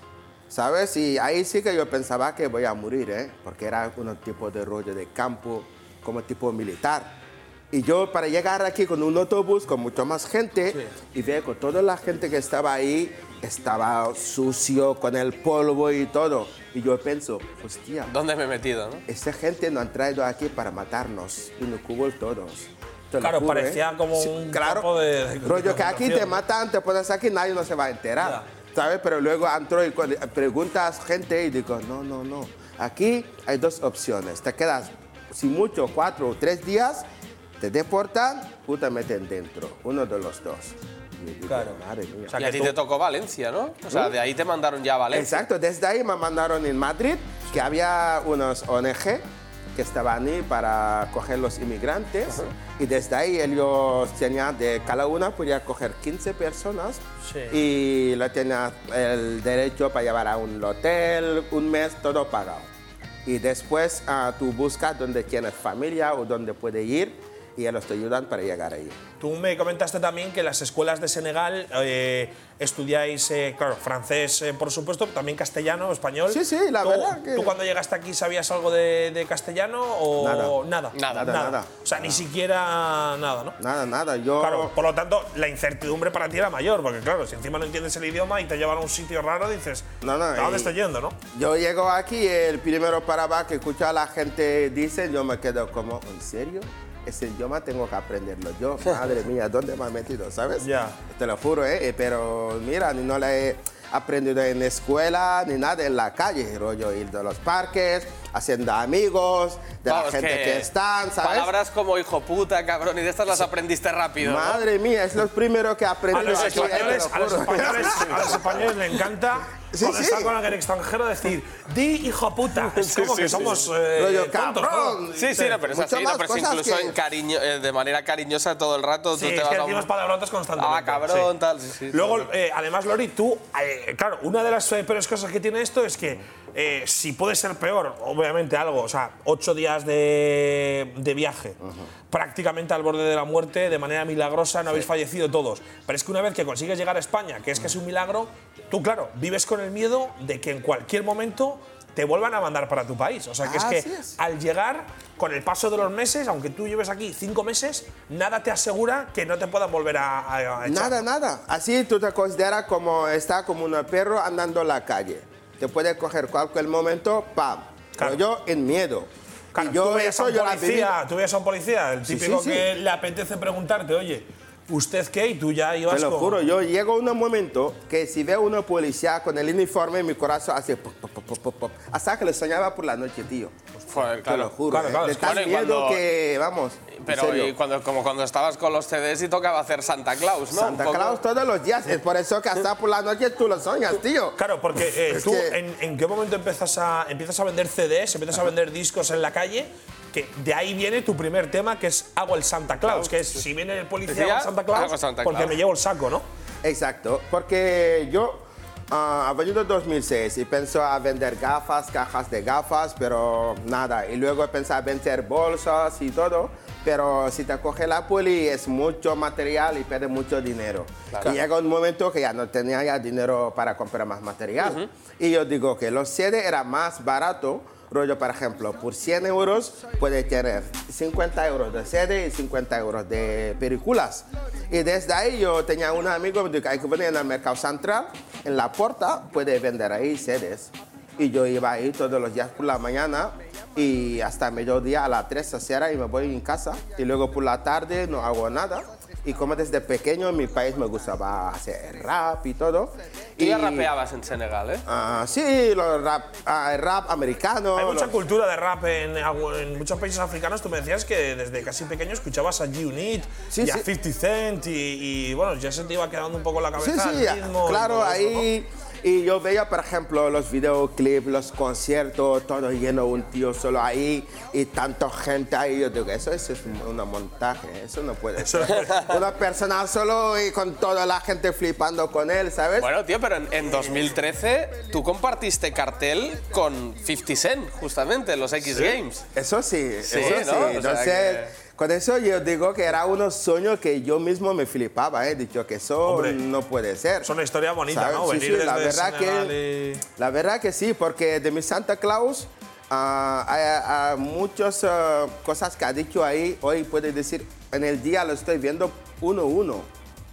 F: ¿sabes? Y ahí sí que yo pensaba que voy a morir, ¿eh? Porque era un tipo de rollo de campo, como tipo militar. Y yo para llegar aquí con un autobús, con mucho más gente, y veo que toda la gente que estaba ahí estaba sucio, con el polvo y todo. Y yo pienso, hostia,
E: ¿Dónde me he metido? no?
F: esta gente nos han traído aquí para matarnos y nos cubo todos. Te lo
C: Claro,
F: juro, ¿eh?
C: parecía como un
F: claro,
C: campo de- de
F: rollo que aquí te
C: concentración.
F: matan, te pones pues aquí, nadie no se va a enterar, ¿sabes? Pero luego entró y cu- preguntas gente y digo, no, no, no. Aquí hay dos opciones, te quedas sin mucho cuatro o tres días, te deportan o te meten dentro, uno de los dos. Y digo, madre mía.
C: sea,
E: Y
C: que
E: a ti
C: tú-
E: te tocó Valencia, ¿no? O sea, de ahí te mandaron ya a Valencia.
F: Exacto, desde ahí me mandaron en Madrid, que había unos ONG que estaban ahí para coger los inmigrantes. Y desde ahí ellos tenían, de cada una podía coger 15 personas y lo tenía el derecho para llevar a un hotel, un mes, todo pagado. Y después ah, tú buscas donde tienes familia o donde puedes ir y ellos te ayudan para llegar ahí.
C: Tú me comentaste también que en las escuelas de Senegal eh, estudiáis, eh, claro, francés, eh, por supuesto, también castellano, español.
F: Sí, sí, la
C: ¿Tú-
F: verdad que-
C: ¿Tú cuando llegaste aquí sabías algo de, de castellano o nada?
E: Nada.
F: Nada, nada.
C: O sea, ni siquiera nada, ¿no?
F: Nada, nada, yo...
C: Claro, por lo tanto, la incertidumbre para ti era mayor, porque claro, si encima no entiendes el idioma y te llevan a un sitio raro, dices,
F: No, no,
C: ¿a dónde
F: y-
C: estoy yendo, no?
F: Yo llego aquí, el primero para abajo que escucho a la gente dice, yo me quedo como, ¿en serio? Ese idioma tengo que aprenderlo yo. Madre mía, ¿dónde me has metido? ¿Sabes?
C: Ya.
F: Te lo juro, ¿eh? Eh, Pero mira, ni no la he aprendido en la escuela, ni nada, en la calle, rollo, ir de los parques, haciendo amigos, de la
E: Vamos,
F: gente que, están, ¿sabes?
E: Palabras como hijo puta, cabrón, y de estas las aprendiste rápido. ¿no?
F: Madre mía, es lo primero que aprendí.
C: A los
F: aquí, eh, te
C: españoles,
F: lo
C: a los
F: juro.
C: españoles, a los españoles les encanta
F: Sí,
C: cuando
F: sí.
C: están con alguien extranjero decir, di hijo puta. Es como que somos eh,
F: Rollo,
C: tontos, ¿no?
F: cabrón.
E: Sí, sí, no, pero es
F: Mucho
E: así, no,
F: más
E: pero es
F: cosas
E: incluso
F: que-
E: en cariño, eh, de manera cariñosa todo el rato.
C: Sí,
E: tú te
C: es
E: vas
C: que
E: a un-
C: decimos palabrotas constantemente.
E: Ah, cabrón,
C: sí.
E: tal. sí, sí,
C: Luego,
E: tal.
C: eh, además, Lori, tú, eh, claro, una de las eh, peores cosas que tiene esto es que eh, si puede ser peor, obviamente algo, o sea, ocho días de, de viaje, prácticamente al borde de la muerte, de manera milagrosa, no habéis fallecido todos. Pero es que una vez que consigues llegar a España, que es que es un milagro, tú, claro, vives con el miedo de que en cualquier momento te vuelvan a mandar para tu país. O sea, que es
F: Ah, Así
C: que
F: es.
C: al llegar, con el paso de los meses, aunque tú lleves aquí cinco meses, nada te asegura que no te puedan volver a, a- a echar.
F: Nada, nada. Así tú te consideras como está como un perro andando en la calle. Te puede coger cualquier momento, ¡pam!
C: Claro.
F: Pero yo en miedo.
C: Claro,
F: y
C: tú
F: yo
C: veías a
F: eso
C: un
F: yo la viví.
C: policía, tú veías a un policía, el
F: Sí,
C: típico
F: sí, sí.
C: que le apetece preguntarte, oye, ¿usted qué? Y tú ya ibas
F: Te lo
C: con-
F: juro, yo llego a un momento que si veo a una policía con el uniforme, mi corazón hace pop, pop, pop, pop, pop, pop. hasta que le soñaba por la noche, tío.
E: Joder,
F: Te lo
E: claro.
F: juro.
C: Claro,
F: eh.
C: claro,
F: De
C: es
F: tal
E: bueno, y
F: miedo
E: cuando-
F: que, vamos. en
E: Pero
F: serio.
E: y cuando, como cuando estabas con los CDs y tocaba hacer Santa Claus, ¿no?
F: Santa
E: Un poco.
F: Claus todos los días. Es por eso que hasta por las noches tú lo soñas, tío.
C: Claro, porque eh,
F: Es
C: tú,
F: que-
C: en, en qué momento empiezas a, empiezas a vender CDs, empiezas a vender discos en la calle? Que de ahí viene tu primer tema, que es Hago el Santa Claus, que es si viene el policía hago el Santa Claus,
E: Hago Santa
C: porque
E: Claus.
C: me llevo el saco, ¿no?
F: Exacto, porque yo ah, ha venido 2006 y pensé a vender gafas, cajas de gafas, pero nada. Y luego pensé a vender bolsas y todo, pero si te coge la poli es mucho material y pierde mucho dinero. Y llega un momento que ya no tenía ya dinero para comprar más material. Y yo digo que los CDs era más barato. Rollo, por ejemplo, por 100 euros puede tener 50 euros de serie y 50 euros de películas. Y desde ahí yo tenía un amigo que me dijo, hay que venir en el mercado central, en la puerta, puede vender ahí series. Y yo iba ahí todos los días por la mañana y hasta mediodía a las 3 cierra y me voy en casa. Y luego por la tarde no hago nada. Y como desde pequeño en mi país me gustaba hacer rap y todo.
E: Tú
F: y
E: ya rapeabas en Senegal, ¿eh?
F: Ah, sí, los rap, ah, rap americano.
C: Hay mucha
F: los-
C: cultura de rap en, algu- en muchos países africanos. Tú me decías que desde casi pequeño escuchabas a G-Unit
F: Sí,
C: y a
F: sí.
C: 50 Cent y, y, bueno, ya se te iba quedando un poco la
F: Sí,
C: cabeza
F: sí,
C: el ritmo. y
F: claro,
C: todo eso, ¿no?
F: ahí. Y yo veía, por ejemplo, los videoclips, los conciertos, todo lleno, un tío solo ahí y tanta gente ahí. Yo digo, eso, eso es un un montaje, eso no puede ser. Una persona solo y con toda la gente flipando con él, ¿sabes?
E: Bueno, tío, pero en, en 2013 tú compartiste cartel con 50 Cent, justamente, en los X Games.
F: Eso sí,
E: Sí, ¿no?
F: eso sí.
E: O sea
F: Entonces,
E: que-
F: con eso yo digo que era unos sueños que yo mismo me flipaba, ¿eh? Dicho que eso
C: Hombre,
F: no puede ser.
C: Es una historia bonita,
F: ¿Sabes?
C: ¿no?
F: Sí,
C: Venir
F: sí, la
C: desde
F: verdad que-
C: Senegal y-
F: La verdad que sí, porque de mi Santa Claus ah, hay, hay muchas ah, cosas que ha dicho ahí. Hoy puede decir, en el día lo estoy viendo uno a uno.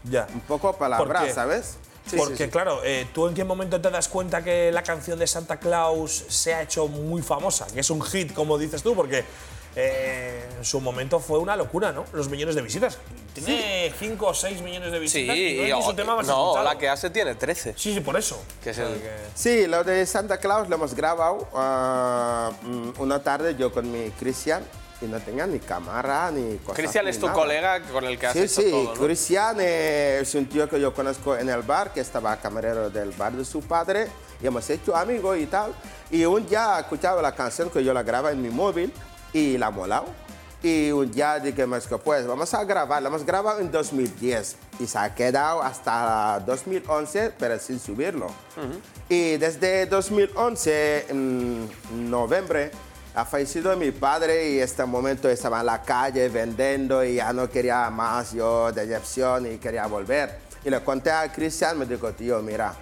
C: Ya.
F: Un poco palabra,
C: ¿Por qué?
F: ¿sabes? Sí, sí,
C: Porque,
F: sí.
C: claro, eh, ¿tú en qué momento te das cuenta que la canción de Santa Claus se ha hecho muy famosa? Que es un hit, como dices tú, porque eh, en su momento fue una locura, ¿no? Los millones de visitas. Tiene 5 o 6 millones de
E: Sí,
C: visitas. y no es
E: y-
C: ni su tema más
E: no,
C: escuchado.
E: la que hace tiene 13.
C: Sí, sí, por eso.
E: Que es el-
F: Sí, lo de Santa Claus lo hemos grabado ah, mm, una tarde yo con mi Cristian y no tenía ni cámara ni cosas.
E: Cristian
F: ni
E: es tu
F: nada.
E: colega con el que has
F: Sí,
E: hecho
F: sí,
E: todo, ¿no?
F: Cristian eh, es un tío que yo conozco en el bar, que estaba camarero del bar de su padre, y hemos hecho amigos y tal. Y un día escuchaba la canción que yo la grababa en mi móvil y la molado. Y un día dije, "Mas que pues vamos a grabar, la hemos grabado en 2010 y se ha quedado hasta 2011, pero sin subirlo. Y desde 2011, en noviembre, ha fallecido mi padre y en este momento estaba en la calle vendiendo y ya no quería más yo de Jefferson y quería volver. Y le conté a Cristian, me dijo, tío, mira,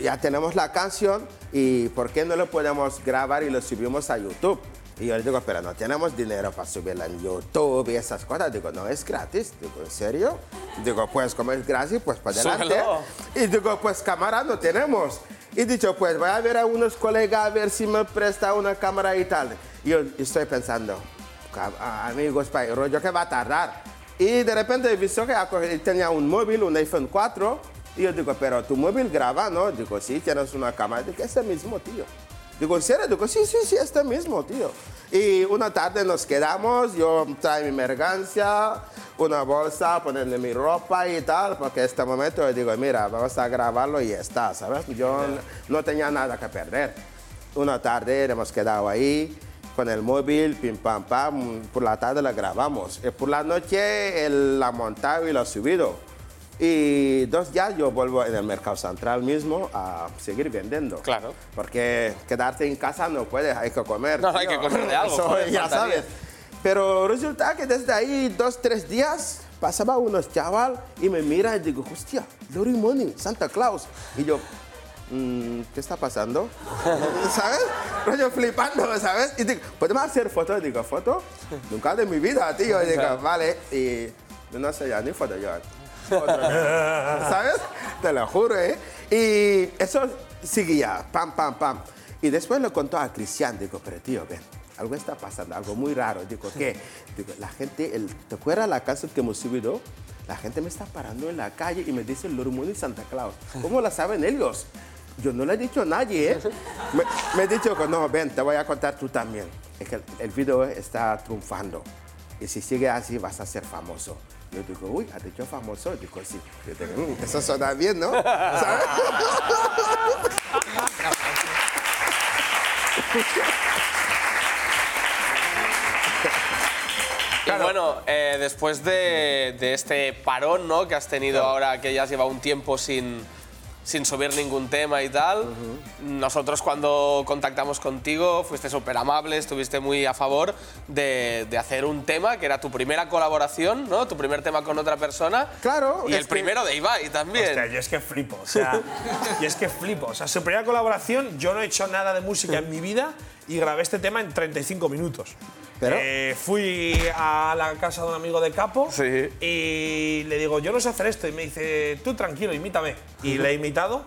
F: ya tenemos la canción y ¿por qué no lo podemos grabar y lo subimos a YouTube? Y yo le digo, pero no tenemos dinero para subirla en YouTube y esas cosas. Digo, no, es gratis. Digo, ¿en serio? Digo, pues como es gratis, pues para adelante.
E: Súbelo.
F: Y digo, pues cámara no tenemos. Y dicho, pues voy a ver a unos colegas a ver si me presta una cámara y tal. Y yo estoy pensando, "Cam- ah, amigos, pa- rollo que va a tardar. Y de repente he visto que ha cogido- ah, tenía un móvil, un iPhone 4. Y yo digo, pero tu móvil graba, ¿no? Digo, sí, tienes una cámara. Digo, es el mismo, tío. Digo, ¿en serio? Digo, sí, sí, sí, este mismo, tío. Y una tarde nos quedamos, yo trae mi mercancía, una bolsa, ponerle mi ropa y tal, porque en este momento yo digo, mira, vamos a grabarlo y ya está, ¿sabes? Yo no tenía nada que perder. Una tarde hemos quedado ahí con el móvil, pim, pam, pam, por la tarde la grabamos. Y por la noche el- la montado y la subido. Y dos ya yo vuelvo en el mercado central mismo a seguir vendiendo.
E: Claro.
F: Porque quedarte en casa no puedes, hay que comer.
E: No, hay que comer de algo,
F: Eso
E: joder,
F: ya
E: faltaría.
F: sabes. Pero resulta que desde ahí, dos, tres días, pasaba unos chaval y me mira y digo, hostia, Dory Money, Santa Claus. Y yo, "Mm, ¿qué está pasando? ¿Sabes? Rollo flipando, ¿sabes? Y digo, ¿podemos hacer fotos? Digo, ¿foto? Nunca de mi vida, tío. Y digo, vale. Y no sé ya ni foto yo. ¿Sabes? Te lo juro, ¿eh? Y eso seguía, pam, pam, pam. Y después lo contó a Cristian, digo, pero tío, ven, algo está pasando, algo muy raro. Digo, ¿qué? Digo, la gente, el, ¿te acuerdas la canción que hemos subido? La gente me está parando en la calle y me dice Lormón y Santa Claus. ¿Cómo la saben ellos? Yo no le he dicho a nadie, ¿eh? Me, me he dicho que no, ven, te voy a contar tú también. Es que el, el video está triunfando. Y si sigue así, vas a ser famoso. Yo digo, uy, has dicho famoso. Yo digo, sí. Yo digo, "Mm, eso suena bien, ¿no? ¿Sabes?
E: Y bueno, eh, después de, de este parón ¿no? que has tenido ahora, que ya has llevado un tiempo sin, sin subir ningún tema y tal, nosotros cuando contactamos contigo fuiste súper amable, estuviste muy a favor de, de hacer un tema que era tu primera colaboración, ¿no? tu primer tema con otra persona.
F: Claro,
E: Y
F: es
E: el
F: que-
E: primero de Ibai también.
C: Hostia, yo es que flipo, o sea, yo es que flipo. O sea, su primera colaboración, yo no he hecho nada de música en mi vida y grabé este tema en 35 minutos.
F: Pero-
C: Eh, fui a la casa de un amigo de Capo
E: Sí.
C: y le digo, yo no sé hacer esto. Y me dice, tú tranquilo, imítame. Y le he imitado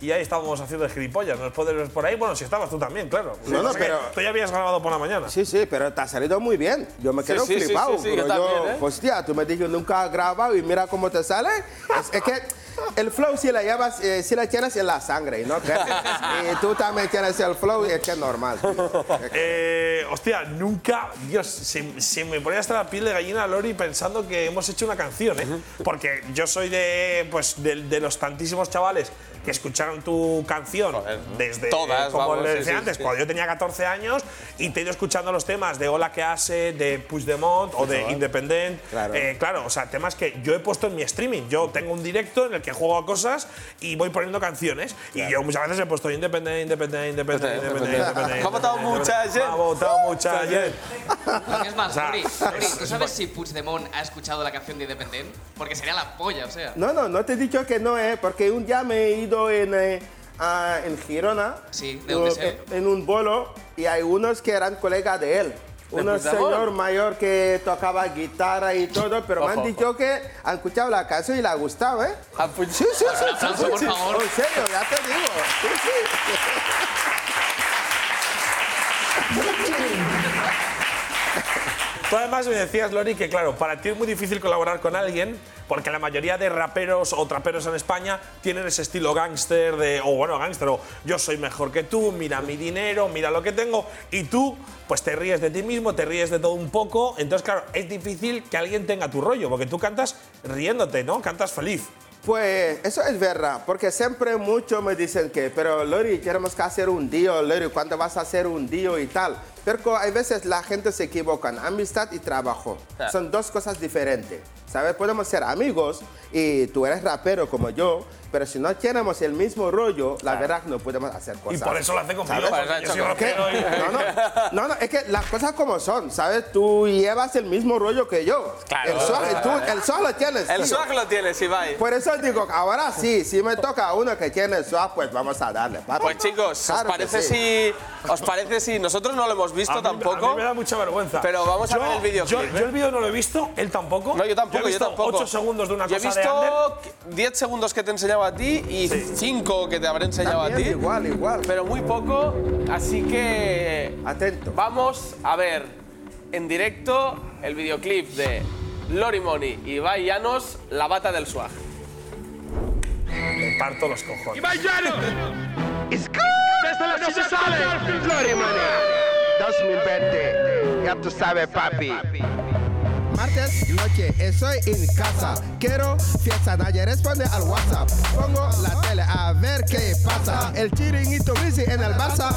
C: y ahí estábamos haciendo el gilipollas. Nos puedes ver por ahí. Bueno, si estabas tú también, claro. Lo que
F: No, no,
C: pasa es que
F: pero-
C: Tú ya habías grabado por la mañana.
F: Sí, sí, pero te ha salido muy bien. Yo me
E: Sí,
F: quedo
E: sí, sí,
F: flipado.
E: sí, sí, yo
F: bro. yo
E: también, ¿eh?
F: Hostia, tú me dijiste nunca has grabado y mira cómo te sale. Es, es que el flow si la llevas, eh, si la tienes en la sangre, ¿no? Que- y tú también tienes el flow, es que es normal. tío.
C: Eh, hostia, nunca, Dios, se, se me pone hasta la piel de gallina Lori pensando que hemos hecho una canción, ¿eh? Porque yo soy de, pues, de, de los tantísimos chavales que escucharon tu canción desde,
E: todas,
C: como
E: vamos,
C: le
E: sí,
C: decía
E: sí,
C: antes,
E: sí.
C: cuando yo tenía 14 años y te he ido escuchando los temas de Hola que hace, de Push the Mont o de Independent.
F: Claro.
C: Eh, claro, o sea, temas que yo he puesto en mi streaming. Yo tengo un directo en el que juego a cosas y voy poniendo canciones. Y yo muchas veces he puesto Independent, Independent, Independent, Independent. Independent,
E: Ha votado ¡Uh!
C: Independent,
E: mucha
C: Independent.
E: gente.
C: Ha votado mucha gente.
D: Lo que es más,
C: Ah, O sea,
D: Uri, Uri,
C: es-
D: ¿tú
C: es
D: sabes si Puigdemont ha escuchado la canción de Independent? Porque sería la polla, o sea.
F: No, no, no te he dicho que no, ¿eh? Porque un día me he ido en, eh, a- en Girona.
D: Sí, ¿de dónde
F: o-
D: es él?
C: eh,
F: En un bolo y hay unos que eran colegas de él. Un
E: Puigdemont?
F: señor mayor que tocaba guitarra y todo, pero me
E: Ojo,
F: han dicho que han escuchado la canción y la gustaba, ¿eh?
E: Ah, pues-
F: Sí, sí, sí.
D: Un aplauso,
F: sí,
D: por
F: sí.
D: favor.
F: En serio, ya te digo. Sí, sí.
C: Tú además me decías, Lori, que claro, para ti es muy difícil colaborar con alguien porque la mayoría de raperos o traperos en España tienen ese estilo gángster de, o bueno, gángster, o yo soy mejor que tú, mira mi dinero, mira lo que tengo, y tú pues te ríes de ti mismo, te ríes de todo un poco, entonces claro, es difícil que alguien tenga tu rollo, porque tú cantas riéndote, ¿no? Cantas feliz.
F: Pues eso es verdad, porque siempre muchos me dicen que, pero Lori, queremos que hacer un día, Lori, ¿cuándo vas a hacer un día y tal? Pero co- hay veces la gente se equivoca, amistad y trabajo.
E: Ah.
F: Son dos cosas diferentes, ¿sabes? Podemos ser amigos y tú eres rapero como yo, pero si no tenemos el mismo rollo, la verdad no podemos hacer cosas.
C: Y por eso lo hace conmigo,
E: ¿Sabes?
C: porque yo soy
F: ¿Qué?
C: rapero y-
F: No, no, no, no, es que las cosas como son, ¿sabes? Tú llevas el mismo rollo que yo.
E: Claro.
F: El swag, tú- el swag lo tienes.
E: El
F: tío. Pues,
E: swag lo tienes, Ibai.
F: Por eso digo, ahora sí, si me toca uno que tiene swag, pues vamos a darle. papi.
E: Pues chicos,
F: Claro
E: ¿os
F: que
E: parece
F: sí.
E: si os parece si nosotros no lo hemos visto
C: A mí-
E: tampoco?
C: a mí me da mucha vergüenza.
E: Pero vamos a
C: Yo-
E: ver el videoclip, ¿eh?
C: Yo, yo el vídeo no lo he visto, él tampoco.
E: No, yo tampoco,
C: he
E: yo,
C: visto
E: tampoco.
C: 8 segundos de una
E: yo
C: cosa
E: he
C: de Ander.
E: visto 10 segundos que te he enseñado a ti y 5 que te habré enseñado a
F: También,
E: ti.
F: Igual, igual.
E: Pero muy poco, así que
F: Atento.
E: vamos a ver en directo el videoclip de Lori Moni y Ibai Llanos, La Bata del Swag.
C: Me parto los cojones.
F: Martes, noche, estoy en casa. Quiero fiesta, nadie responde al WhatsApp. Pongo la tele a ver qué pasa. El chiringuito bici en el Barça.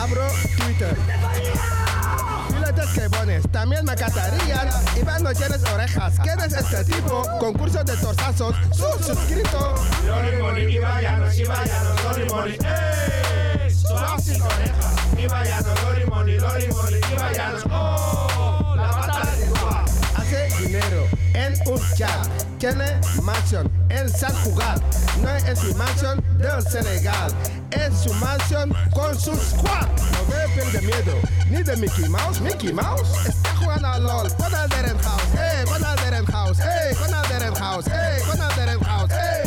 F: Abro Twitter. Pilates que pones, también me catarían. Iván no tienes orejas. ¿Quién es este tipo? Concurso de torsazos. Su suscrito. hace dinero en un chat. Tiene mansión en San Jugar. No es su mansión del Senegal. Es su mansión con su squad. No veo piel de miedo, ni de Mickey Mouse. Mickey Mouse está jugando a LOL. Con Alderen House, eh, con Alderen House, eh, con Alderen House, eh, con Alderen House, eh.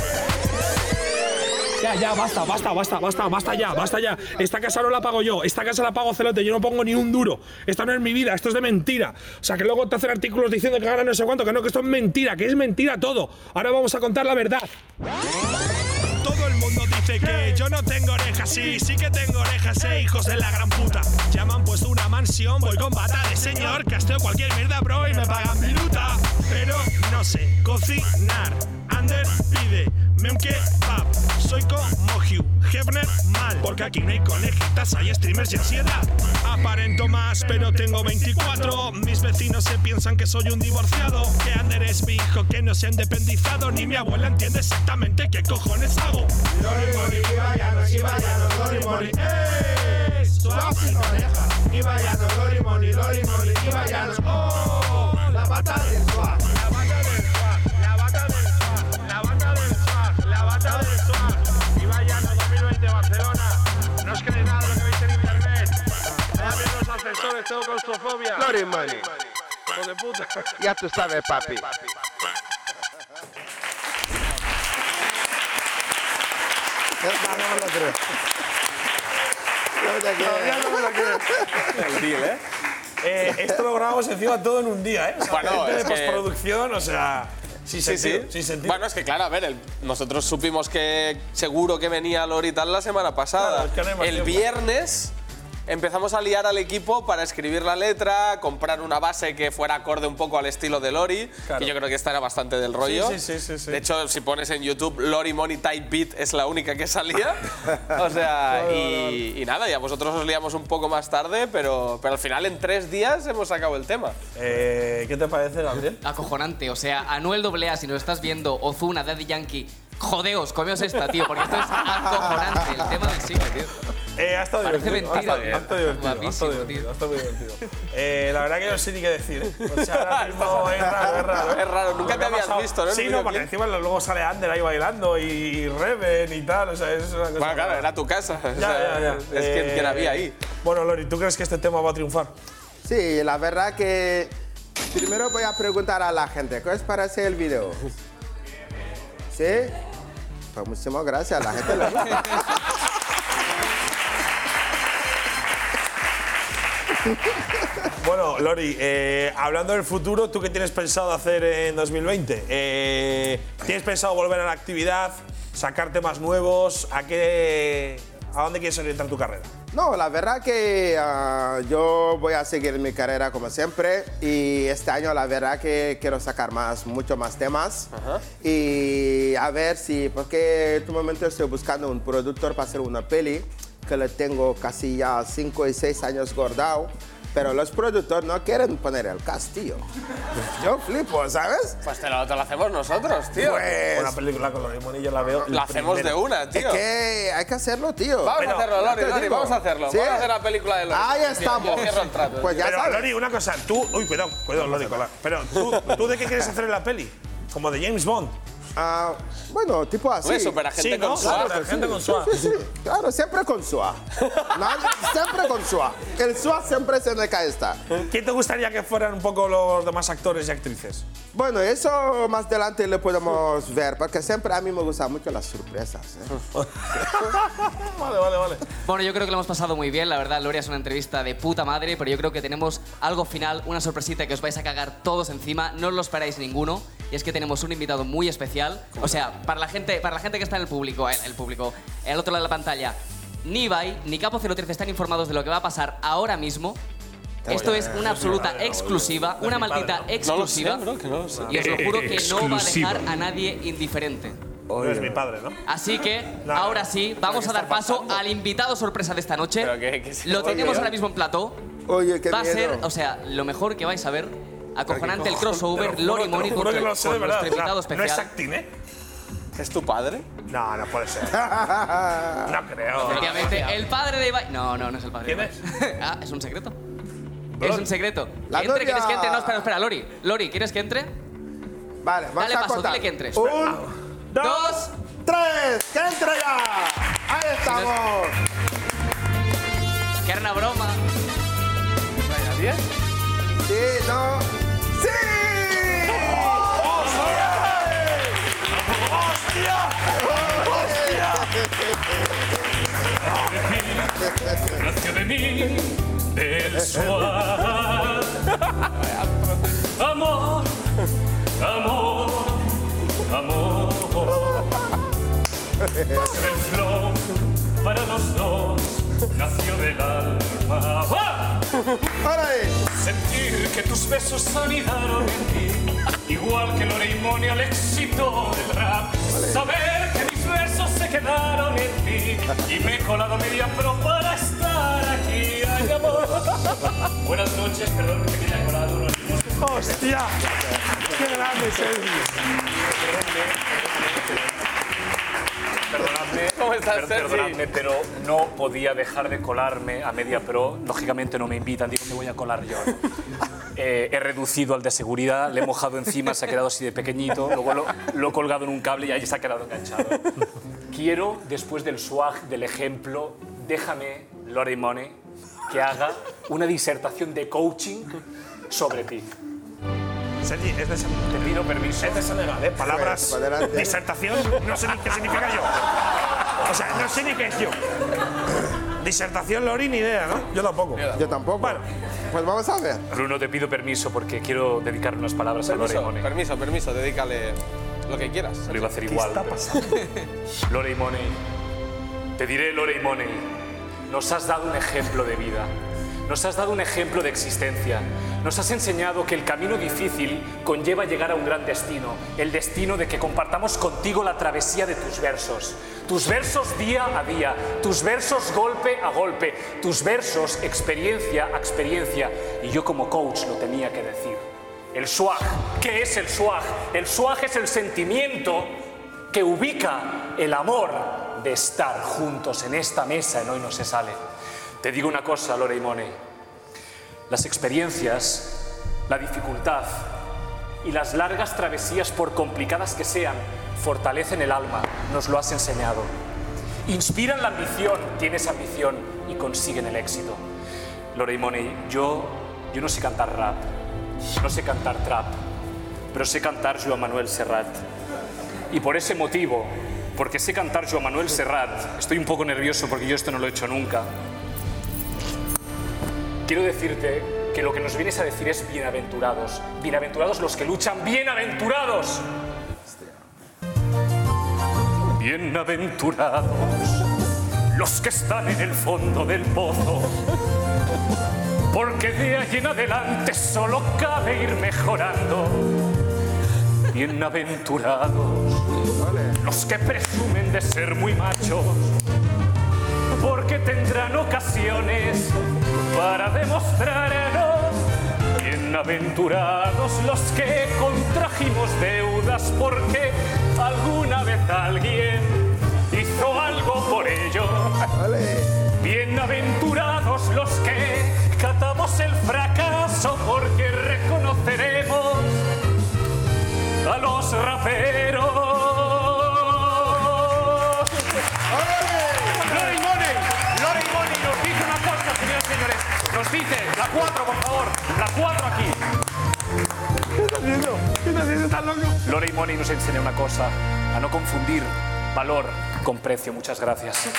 B: Ya, ya, basta, basta, basta, basta, basta ya, basta ya. Esta casa no la pago yo, esta casa la pago Celote, yo no pongo ni un duro. Esta no es mi vida, esto es de mentira. O sea, que luego te hacen artículos diciendo que ganan no sé cuánto, que no, que esto es mentira, que es mentira todo. Ahora vamos a contar la verdad. Todo el mundo dice Aparte que yo no tengo orejas, sí, sí que tengo orejas, eh, hijos de la gran puta. Ya me han puesto una mansión, voy con bata de señor, casteo cualquier mierda, bro, y me pagan minuta. Pero no sé cocinar. Ander pide, me un kebab. Soy como Hugh Hefner mal, porque aquí no hay conejitas, hay streamers y ansiedad. Aparento más, pero tengo 24. Mis vecinos se piensan que soy un divorciado. Que Ander es mi hijo, que no se ha independizado. Ni mi abuela entiende exactamente qué cojones hago. Lori, mori, y vayanos, y vayanos, lori, mori, ¡eh! Suave sin oreja. Y vayanos, lori, mori, lori, mori, y vayanos, ¡oh! La bata del suave, la bata del suave, la bata del suave, la bata del suave, la bata del suave. Y vayanos, 2020 Barcelona. No os creéis nada de lo que veis en internet. Dame los ascensores, tengo claustrofobia.
H: Lori, mori.
B: Hijo de puta.
H: Ya tú sabes, papi.
C: Todavía no me lo creo.
E: El deal, ¿eh?
C: Eh, esto lo grabamos encima todo en un día, ¿eh? O sea,
E: Bueno,
C: gente de
E: es que-
C: postproducción, o sea. Sin sentido, sin sentido.
E: Bueno, es que claro, a ver, el- nosotros supimos que seguro que venía Lori tal la semana pasada.
C: Claro, es que no hay más
E: el
C: tiempo.
E: viernes empezamos a liar al equipo para escribir la letra, comprar una base que fuera acorde un poco al estilo de Lori,
C: Claro.
E: que yo creo que esta era bastante del rollo.
C: Sí, sí, sí, sí, sí.
E: De hecho, si pones en YouTube Lori Money Type Beat es la única que salía. o sea, y, y nada, y a vosotros os liamos un poco más tarde, pero, pero al final en tres días hemos sacado el tema.
C: Eh, ¿Qué te parece, Gabriel?
D: Acojonante, o sea, Anuel AA, si nos estás viendo, Ozuna, Daddy Yankee, jodeos, comeos esta, tío, porque esto es acojonante, el tema del siglo, tío.
C: Eh, ha estado
D: Parece
C: divertido.
D: mentira.
C: Ha estado,
E: eh.
C: ha estado divertido. ha estado
D: Guapísimo,
C: divertido,
D: tío.
C: ha estado muy divertido. Eh, la verdad que no sé ni qué decir. ¿eh? O sea, ahora mismo es raro, es raro. ¿eh?
E: Es raro, nunca
C: Lo
E: te
C: que ha
E: habías
C: pasado-
E: visto,
C: Sí,
E: ¿no? El
C: no,
E: videoclip.
C: porque encima luego sale Ander ahí bailando y Reven y tal. O sea, es una cosa.
E: Bueno, claro,
C: rara.
E: era tu casa. o
C: Ya,
E: sea,
C: ya, ya.
E: Es que
C: Eh,
E: quien había ahí.
C: Bueno, Lori, ¿tú crees que este tema va a triunfar?
H: Sí, la verdad que primero voy a preguntar a la gente, ¿qué os parece el video? ¿Sí? Pues muchísimas gracias, la gente le gusta.
C: Bueno, Lori, eh, hablando del futuro, ¿tú qué tienes pensado hacer en 2020? Eh, ¿Tienes pensado volver a la actividad, sacar temas nuevos? ¿A qué, a dónde quieres orientar tu carrera?
H: No, la verdad que ah, yo voy a seguir mi carrera como siempre y este año la verdad que quiero sacar más, mucho más temas y a ver si, porque en este momento estoy buscando un productor para hacer una peli que le tengo casi ya 5 y 6 años guardado, pero los productores no quieren poner el castillo. yo flipo, ¿sabes?
E: Pues te lo, te lo hacemos nosotros, tío.
H: Pues,
C: Una película con Lori Monillo la veo.
E: lo hacemos de una,
H: es
E: tío.
H: que hay que hacerlo, tío.
E: Vamos
C: Pero,
E: a hacerlo,
H: ya
E: Lori,
H: te
E: Lori,
H: digo.
E: vamos a hacerlo.
H: Sí.
E: Vamos a hacer la película de Lori.
H: Ahí
E: Yo- yo
H: estamos.
E: cierro el trato.
H: Pues ya
C: Pero,
H: sabes.
C: Lori, una cosa, tú. Uy, cuidado, cuidado, Lori, con la- Pero tú, ¿tú de qué quieres hacer en la peli? Como de James Bond.
H: Ah, bueno, tipo así.
E: Uy, superagente
C: Sí, ¿no?
E: con
C: Claro,
E: SWAT.
C: la gente con SWAT.
H: Sí, sí, claro, siempre con SUA. No, siempre con SUA. El SUA siempre se me cae esta.
C: ¿Quién te gustaría que fueran un poco los demás actores y actrices?
H: Bueno, eso más adelante lo podemos ver, porque siempre a mí me gustan mucho las sorpresas. ¿eh?
C: Vale, vale, vale.
D: Bueno, yo creo que lo hemos pasado muy bien, la verdad, Loria es una entrevista de puta madre, pero yo creo que tenemos algo final, una sorpresita que os vais a cagar todos encima, no os lo esperáis ninguno, y es que tenemos un invitado muy especial, o sea, para la gente, para la gente que está en el público, eh, el, el público, el otro lado de la pantalla, ni Ibai ni Capo 03 están informados de lo que va a pasar ahora mismo. Esto es una absoluta exclusiva, una maldita
E: No lo sé,
D: exclusiva.
E: bro, que no lo sé.
D: Y os lo juro que no va a
K: Exclusiva.
D: dejar a nadie indiferente.
C: No es mi padre, ¿no?
D: Así que
C: No,
D: ahora
C: no.
D: sí, vamos a dar paso al invitado sorpresa de esta noche.
E: Pero que- que se
D: lo
E: oye,
D: tenemos
E: ¿eh?
D: ahora mismo en plató.
H: Oye, qué
D: Va a ser,
H: miedo.
D: o sea, lo mejor que vais a ver. Acojonante el crossover,
C: Te lo juro,
D: Lori
C: te lo
D: Moni
C: juro
D: con,
C: que lo sé, de
D: con
C: verdad.
D: nuestro invitado
C: O sea, No es
D: especial.
C: acting, ¿eh?
E: ¿Es tu padre?
C: No, no puede ser. No creo.
D: Efectivamente, el padre de Ibai. No, no, no es el padre
C: ¿Quién
D: de Ibai. ah, es un secreto. Es
C: Lori.
D: un secreto.
H: La
D: ¿Entre? ¿Quieres
H: novia.
D: que entre? No, espera, espera, Lori. Lori, ¿quieres que entre?
H: Vale, vamos
D: Dale
H: a
D: paso,
H: contar.
D: dile que entres.
H: Un,
D: Dos.
H: tres, que entre ya. Ahí estamos.
D: Que era una broma.
H: Sí, no. ¡Sí!
K: Gracias de mí, del suave. Amor, amor, amor.
H: El flow para los dos nació del alma. ¡Ah! Sentir que tus besos sonidaron en ti, igual que lo y al éxito del rap. Saber que mis besos se quedaron en ti y me he colado media pro para estar aquí. ¡Ay, amor! Buenas noches, perdón que me haya colado unos
C: ¡Hostia! ¡Qué grande, Sergi!
H: Perdonadme, per- perdonadme, pero no podía dejar de colarme a Media Pro. Lógicamente no me invitan, digo, me voy a colar yo. Eh, he reducido al de seguridad, le he mojado encima, se ha quedado así de pequeñito, luego lo, lo he colgado en un cable y ahí se ha quedado enganchado. Quiero, después del swag, del ejemplo, déjame, Lori Money, que haga una disertación de coaching sobre ti.
C: Sergi, es de
H: Te pido permiso.
C: Es de Senegal, ¿eh? Palabras.
H: Pues, para adelante.
C: disertación, no sé ni qué significa yo. O sea, no sé ni qué es yo. Disertación, Lori, ni idea, ¿no? Yo tampoco. Yo
F: tampoco. Bueno, pues vamos a ver.
H: Bruno, te pido permiso porque quiero dedicar unas palabras a
E: Permiso,
H: Lore Money.
E: permiso, permiso, dedícale lo que quieras.
H: Lo iba a hacer igual. pero- Lore y Money, te diré, Lore y Money, nos has dado un ejemplo de vida. Nos has dado un ejemplo de existencia. Nos has enseñado que el camino difícil conlleva llegar a un gran destino. El destino de que compartamos contigo la travesía de tus versos. Tus versos día a día. Tus versos golpe a golpe. Tus versos experiencia a experiencia. Y yo como coach lo tenía que decir. El swag. ¿Qué es el swag? El swag es el sentimiento que ubica el amor de estar juntos en esta mesa en Hoy No Se Sale. Te digo una cosa, Lore y Mone. Las experiencias, la dificultad y las largas travesías, por complicadas que sean, fortalecen el alma. Nos lo has enseñado. Inspiran la ambición, tienes ambición y consiguen el éxito. Lore y Mone, yo, yo no sé cantar rap, no sé cantar trap, pero sé cantar Joan Manuel Serrat. Y por ese motivo, porque sé cantar Joan Manuel Serrat, estoy un poco nervioso porque yo esto no lo he hecho nunca. Quiero decirte que lo que nos vienes a decir es bienaventurados. Bienaventurados los que luchan, bienaventurados. Bienaventurados los que están en el fondo del pozo. Porque de allí en adelante solo cabe ir mejorando. Bienaventurados los que presumen de ser muy machos. Porque tendrán ocasiones para demostrarnos. Bienaventurados los que contrajimos deudas porque alguna vez alguien hizo algo por ello. Bienaventurados los que catamos el fracaso porque reconoceremos a los raperos. Lori Money, Lori Money nos dice una cosa, señoras y señores. Nos dice, la 4, por favor, la 4 aquí. ¿Qué estás haciendo? ¿Qué estás haciendo? ¿Estás loco? Lori Money nos enseña una cosa, a no confundir valor con precio. Muchas gracias.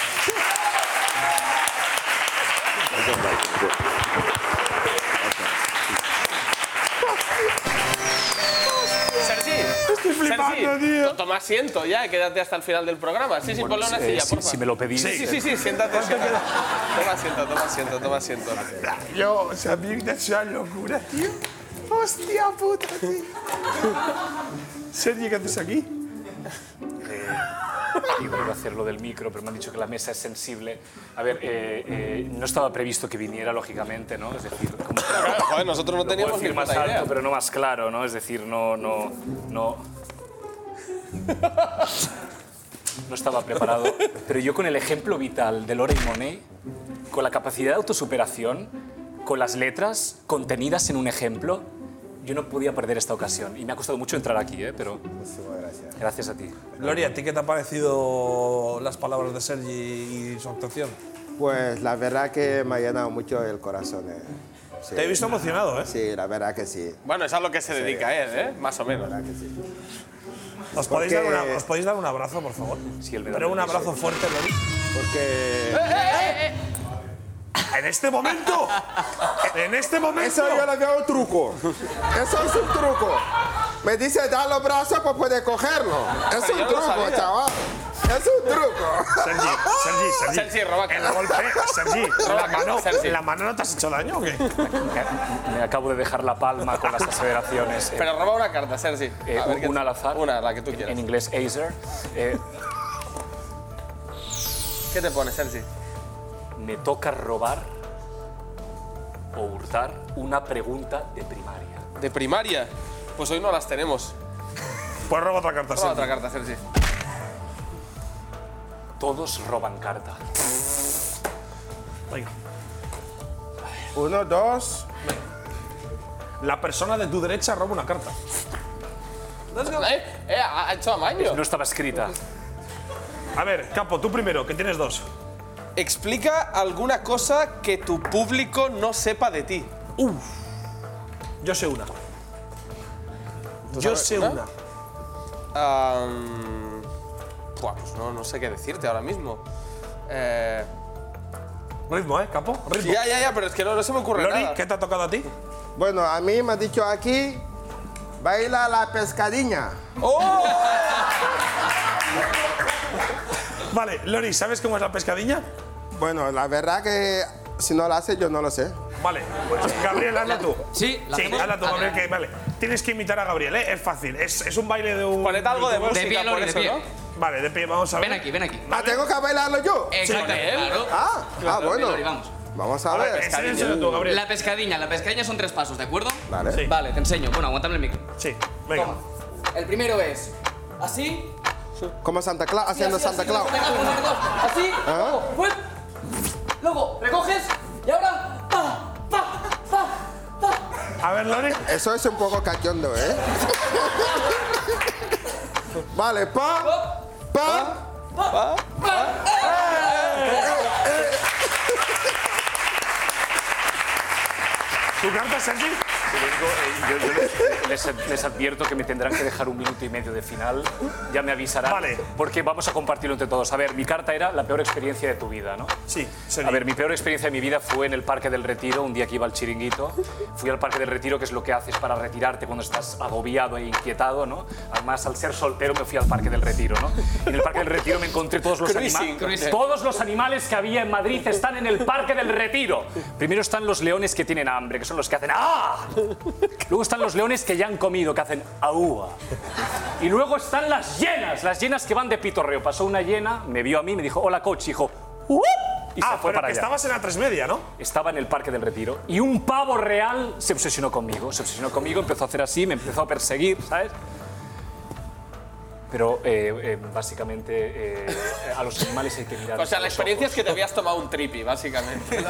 E: Sergi,
F: Estoy
E: flipando, tío. Toma asiento ya, quédate hasta el final del programa. Sí, sí,
H: Bueno,
E: ponle una
H: eh,
E: silla,
H: si-
E: por favor.
H: si me lo pedís.
E: Sí, sí, sí, sí, siéntate. siéntate. Toma asiento, toma asiento, toma asiento.
C: Yo, o sea, a mí me ha hecho una locura, tío.
L: Hostia puta, tío.
C: Sergi, ¿qué haces aquí?
H: Y vuelvo a hacer lo del micro, pero me han dicho que la mesa es sensible. A ver, eh, eh, no estaba previsto que viniera, lógicamente, ¿no? Es decir, como-
E: Joder, nosotros no
H: Lo
E: teníamos
H: puedo decir
E: ni
H: más
E: puta
H: alto,
E: idea.
H: pero no más claro, ¿no? Es decir, no, no, no. No estaba preparado. Pero yo con el ejemplo vital de Lorey Monet, con la capacidad de autosuperación, con las letras contenidas en un ejemplo, yo no podía perder esta ocasión. Y me ha costado mucho entrar aquí, ¿eh? Pero gracias. Gracias a ti.
C: Gloria, ¿a ti qué te han parecido las palabras de Sergi y su actuación?
F: Pues la verdad que me ha llenado mucho el corazón. eh. Sí.
C: Te he visto emocionado, ¿eh?
F: Sí, la verdad que sí.
E: Bueno, es a lo que se dedica él, ¿eh? Más o menos.
C: ¿Os podéis, dar una- ¿Os podéis dar un abrazo, por favor? Sí, el
E: me da
C: Pero un
E: permiso.
C: abrazo fuerte, Lori.
F: Porque.
C: ¡En este momento! ¡En este momento!
F: Eso yo le veo un truco. Eso es un truco. Me dice dar los brazos para poder cogerlo.
E: Pero
F: Es un
E: yo no lo
F: truco,
E: sabía.
F: chaval. Es un truco.
C: Sergi, Sergi, Sergi.
E: Sergi, roba
C: El golpe, Sergi.
E: Roba
C: la, mano,
E: Sergi.
C: ¿La mano no te has hecho daño o qué?
L: Me acabo de dejar la palma con las aceleraciones. eh,
E: Pero roba una carta, Sergi.
L: eh,
E: A ver qué-
L: una al azar.
E: Una, la que tú quieras.
L: En inglés, Acer. Eh,
E: ¿Qué te pones, Sergi?
L: me toca robar o hurtar una pregunta de primaria.
E: De primaria. Pues hoy no las tenemos.
C: Pues roba otra carta,
E: Roba
C: Sergi.
E: otra carta, Sergi.
L: Todos roban carta.
C: Uno, dos. La persona de tu derecha roba una carta.
E: Eh, eh, ha ha hecho amaño.
L: No estaba escrita.
C: A ver, Capo, tú primero, que tienes dos.
E: Explica alguna cosa que tu público no sepa de ti.
C: Yo sé una.
E: ¿Tú
C: Yo
E: sabes
C: sé
E: una?
C: una.
E: Am, buah, pues no, no sé qué decirte ahora mismo. Eh,
C: Ritmo, ¿eh, Capo? Ritmo.
E: ya, ya, ya, pero es que no, no se me ocurre
C: Lori,
E: nada.
C: ¿qué te ha tocado a ti?
H: Bueno, a mí me ha dicho aquí, baila la pescadilla.
C: Vale, Lori, ¿sabes cómo es la pescadilla?
H: Bueno, la verdad que si no la hace, yo no lo sé.
C: Vale, pues Gabriel, hazla tú.
D: Sí, la
C: Sí,
D: hacemos.
C: hazla tú,
D: Vale,
C: Gabriel,
D: vale.
C: que vale. Tienes que imitar a Gabriel, ¿eh? Es fácil. Es, es un baile de un.
E: Poned algo de
C: un-
E: música
D: pie,
E: por
D: Lori, de
E: eso,
D: pie.
E: ¿no?
C: Vale, de pie, vamos a ver.
D: Ven aquí, ven aquí.
H: Ah, tengo que bailarlo yo.
D: Exactamente, claro.
H: Ah, ah,
D: Claro,
H: bueno.
D: Lori, vamos.
H: Vamos a
C: A ver,
H: ver.
C: enséñaselo tú, Gabriel.
D: La pescadilla, la pescadilla son tres pasos, ¿de acuerdo?
H: Vale.
C: Sí.
D: Vale, te enseño. Bueno, aguántame el micro.
C: Sí, venga.
D: Toma. El primero es así,
H: Como Santa Claus, haciendo
D: así, así,
H: Santa Claus. Ah.
D: Santa Claus, Santa Claus. Así, luego, fuet. luego recoges y ahora pa, pa, pa, pa.
C: A ver, Lori.
H: Eso es un poco cachondo, ¿eh? vale, pa, pa.
C: ¿Tu carta, Sergi?
L: Yo digo, eh, yo- yo les, les- les advierto que me tendrán que dejar un minuto y medio de final. Ya me avisarán.
C: Vale.
L: Porque vamos a compartirlo entre todos. A ver, mi carta era la peor experiencia de tu vida, ¿no?
C: Sí, Sergi.
L: A ver, mi peor experiencia de mi vida fue en el Parque del Retiro, un día que iba al chiringuito. Fui al Parque del Retiro, que es lo que haces para retirarte cuando estás agobiado e inquietado, ¿no? Además, al ser soltero me fui al Parque del Retiro, ¿no? Y en el Parque del Retiro me encontré todos los
E: Cruising,
L: animales.
E: cruising.
L: Todos los animales que había en Madrid están en el Parque del Retiro. Primero están los leones que tienen hambre, que son los que hacen ¡ah! Luego están los leones que ya han comido, que hacen ¡aúa! Y luego están las hienas, las hienas que van de pitorreo. Pasó una hiena, me vio a mí, me dijo, hola coach, hijo. Y se
C: Ah,
L: fue
C: pero
L: para
C: que
L: allá.
C: estabas en la tres media, ¿no?
L: Estaba en el Parque del Retiro y un pavo real se obsesionó conmigo. Se obsesionó conmigo, empezó a hacer así, me empezó a perseguir, ¿sabes? Pero eh, eh, básicamente eh, a los animales hay que mirar.
E: O sea, la experiencia es que te habías tomado un tripi, básicamente. ¿no?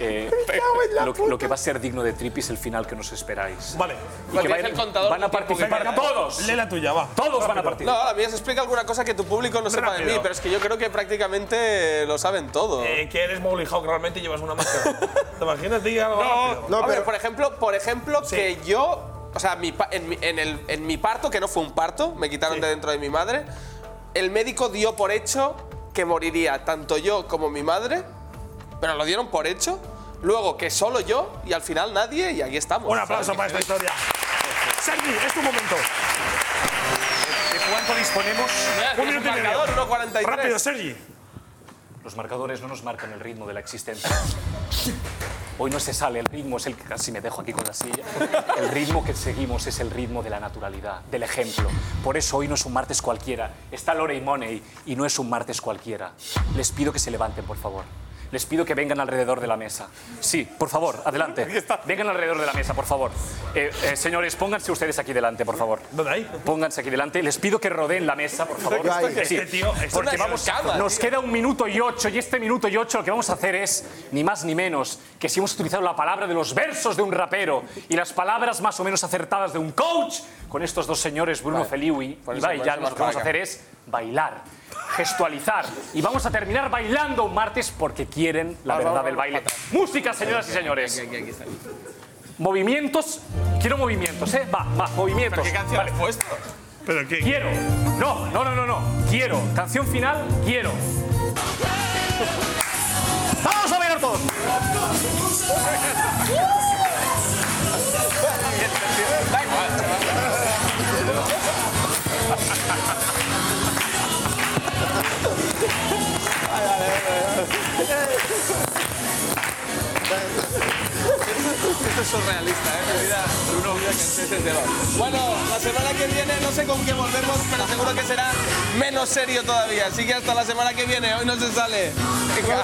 L: eh, lo, lo que va a ser digno de Tripi es el final que nos esperáis.
C: Vale.
L: Y que
E: tienes el contador
L: van a
E: del tiempo que
L: participar
E: queda.
L: todos.
C: Lee la tuya, va.
L: Todos van a participar.
E: No, la mía se explica alguna cosa que tu público no sepa de mí,
C: Rápido.
E: pero es que yo creo que prácticamente lo saben todo.
C: Eh, que eres Mowgli Hawk realmente y llevas una máscara. ¿Te imaginas? Di algo rápido.
E: No,
H: No, pero-
E: pero por ejemplo, por ejemplo que yo, o sea, mi pa- en, mi, en el- en mi parto, que no fue un parto, me quitaron de dentro de mi madre, el médico dio por hecho que moriría tanto yo como mi madre, pero lo dieron por hecho, luego que solo yo y al final nadie y aquí estamos.
C: Un aplauso para
E: ¿sabes?
C: esta historia. Sergi, es tu momento.
L: ¿De cuánto disponemos?
E: Mira,
C: Un
E: tienes
C: minuto y medio.
E: marcador, 1.43.
C: Rápido, Sergi.
L: Los marcadores no nos marcan el ritmo de la existencia. Hoy no se sale, el ritmo es el que casi me dejo aquí con la silla. El ritmo que seguimos es el ritmo de la naturalidad, del ejemplo. Por eso hoy no es un martes cualquiera. Está Lorey Money y no es un martes cualquiera. Les pido que se levanten, por favor. Les pido que vengan alrededor de la mesa. Sí, por favor, adelante. Vengan alrededor de la mesa, por favor. Eh, eh, señores, pónganse ustedes aquí delante, por favor.
C: ¿Dónde hay?
L: Pónganse aquí delante. Les pido que rodeen la mesa, por favor.
H: Yo ahí.
L: Sí,
C: Este tío- este
L: porque
C: tío
L: vamos,
C: es
E: cama,
L: nos
E: tío.
L: queda un minuto y ocho y este minuto y ocho lo que vamos a hacer es ni más ni menos que si hemos utilizado la palabra de los versos de un rapero y las palabras más o menos acertadas de un coach con estos dos señores Bruno
E: Vale.
L: Feliwi
E: Por
L: y
E: eso-
L: Ibai
E: por
L: Llanos,
E: eso
L: lo que vamos a
E: marca.
L: hacer es bailar, gestualizar y vamos a terminar bailando un martes porque quieren la verdad del baile. Música, señoras y señores. Movimientos, quiero movimientos, ¿eh? Va, va, movimientos.
E: ¿Qué canción
L: Vale.
E: has puesto?
C: Pero qué.
L: Quiero. No, no, no, no, no. Quiero. Canción final, quiero. ¡Vamos a bailar todos!
E: es surrealista, ¿eh? Mi vida, uno olvida que este es el tema. Bueno, la semana que viene no sé con qué volvemos, pero seguro que será menos serio todavía. Así que hasta la semana que viene, hoy no se sale. Venga.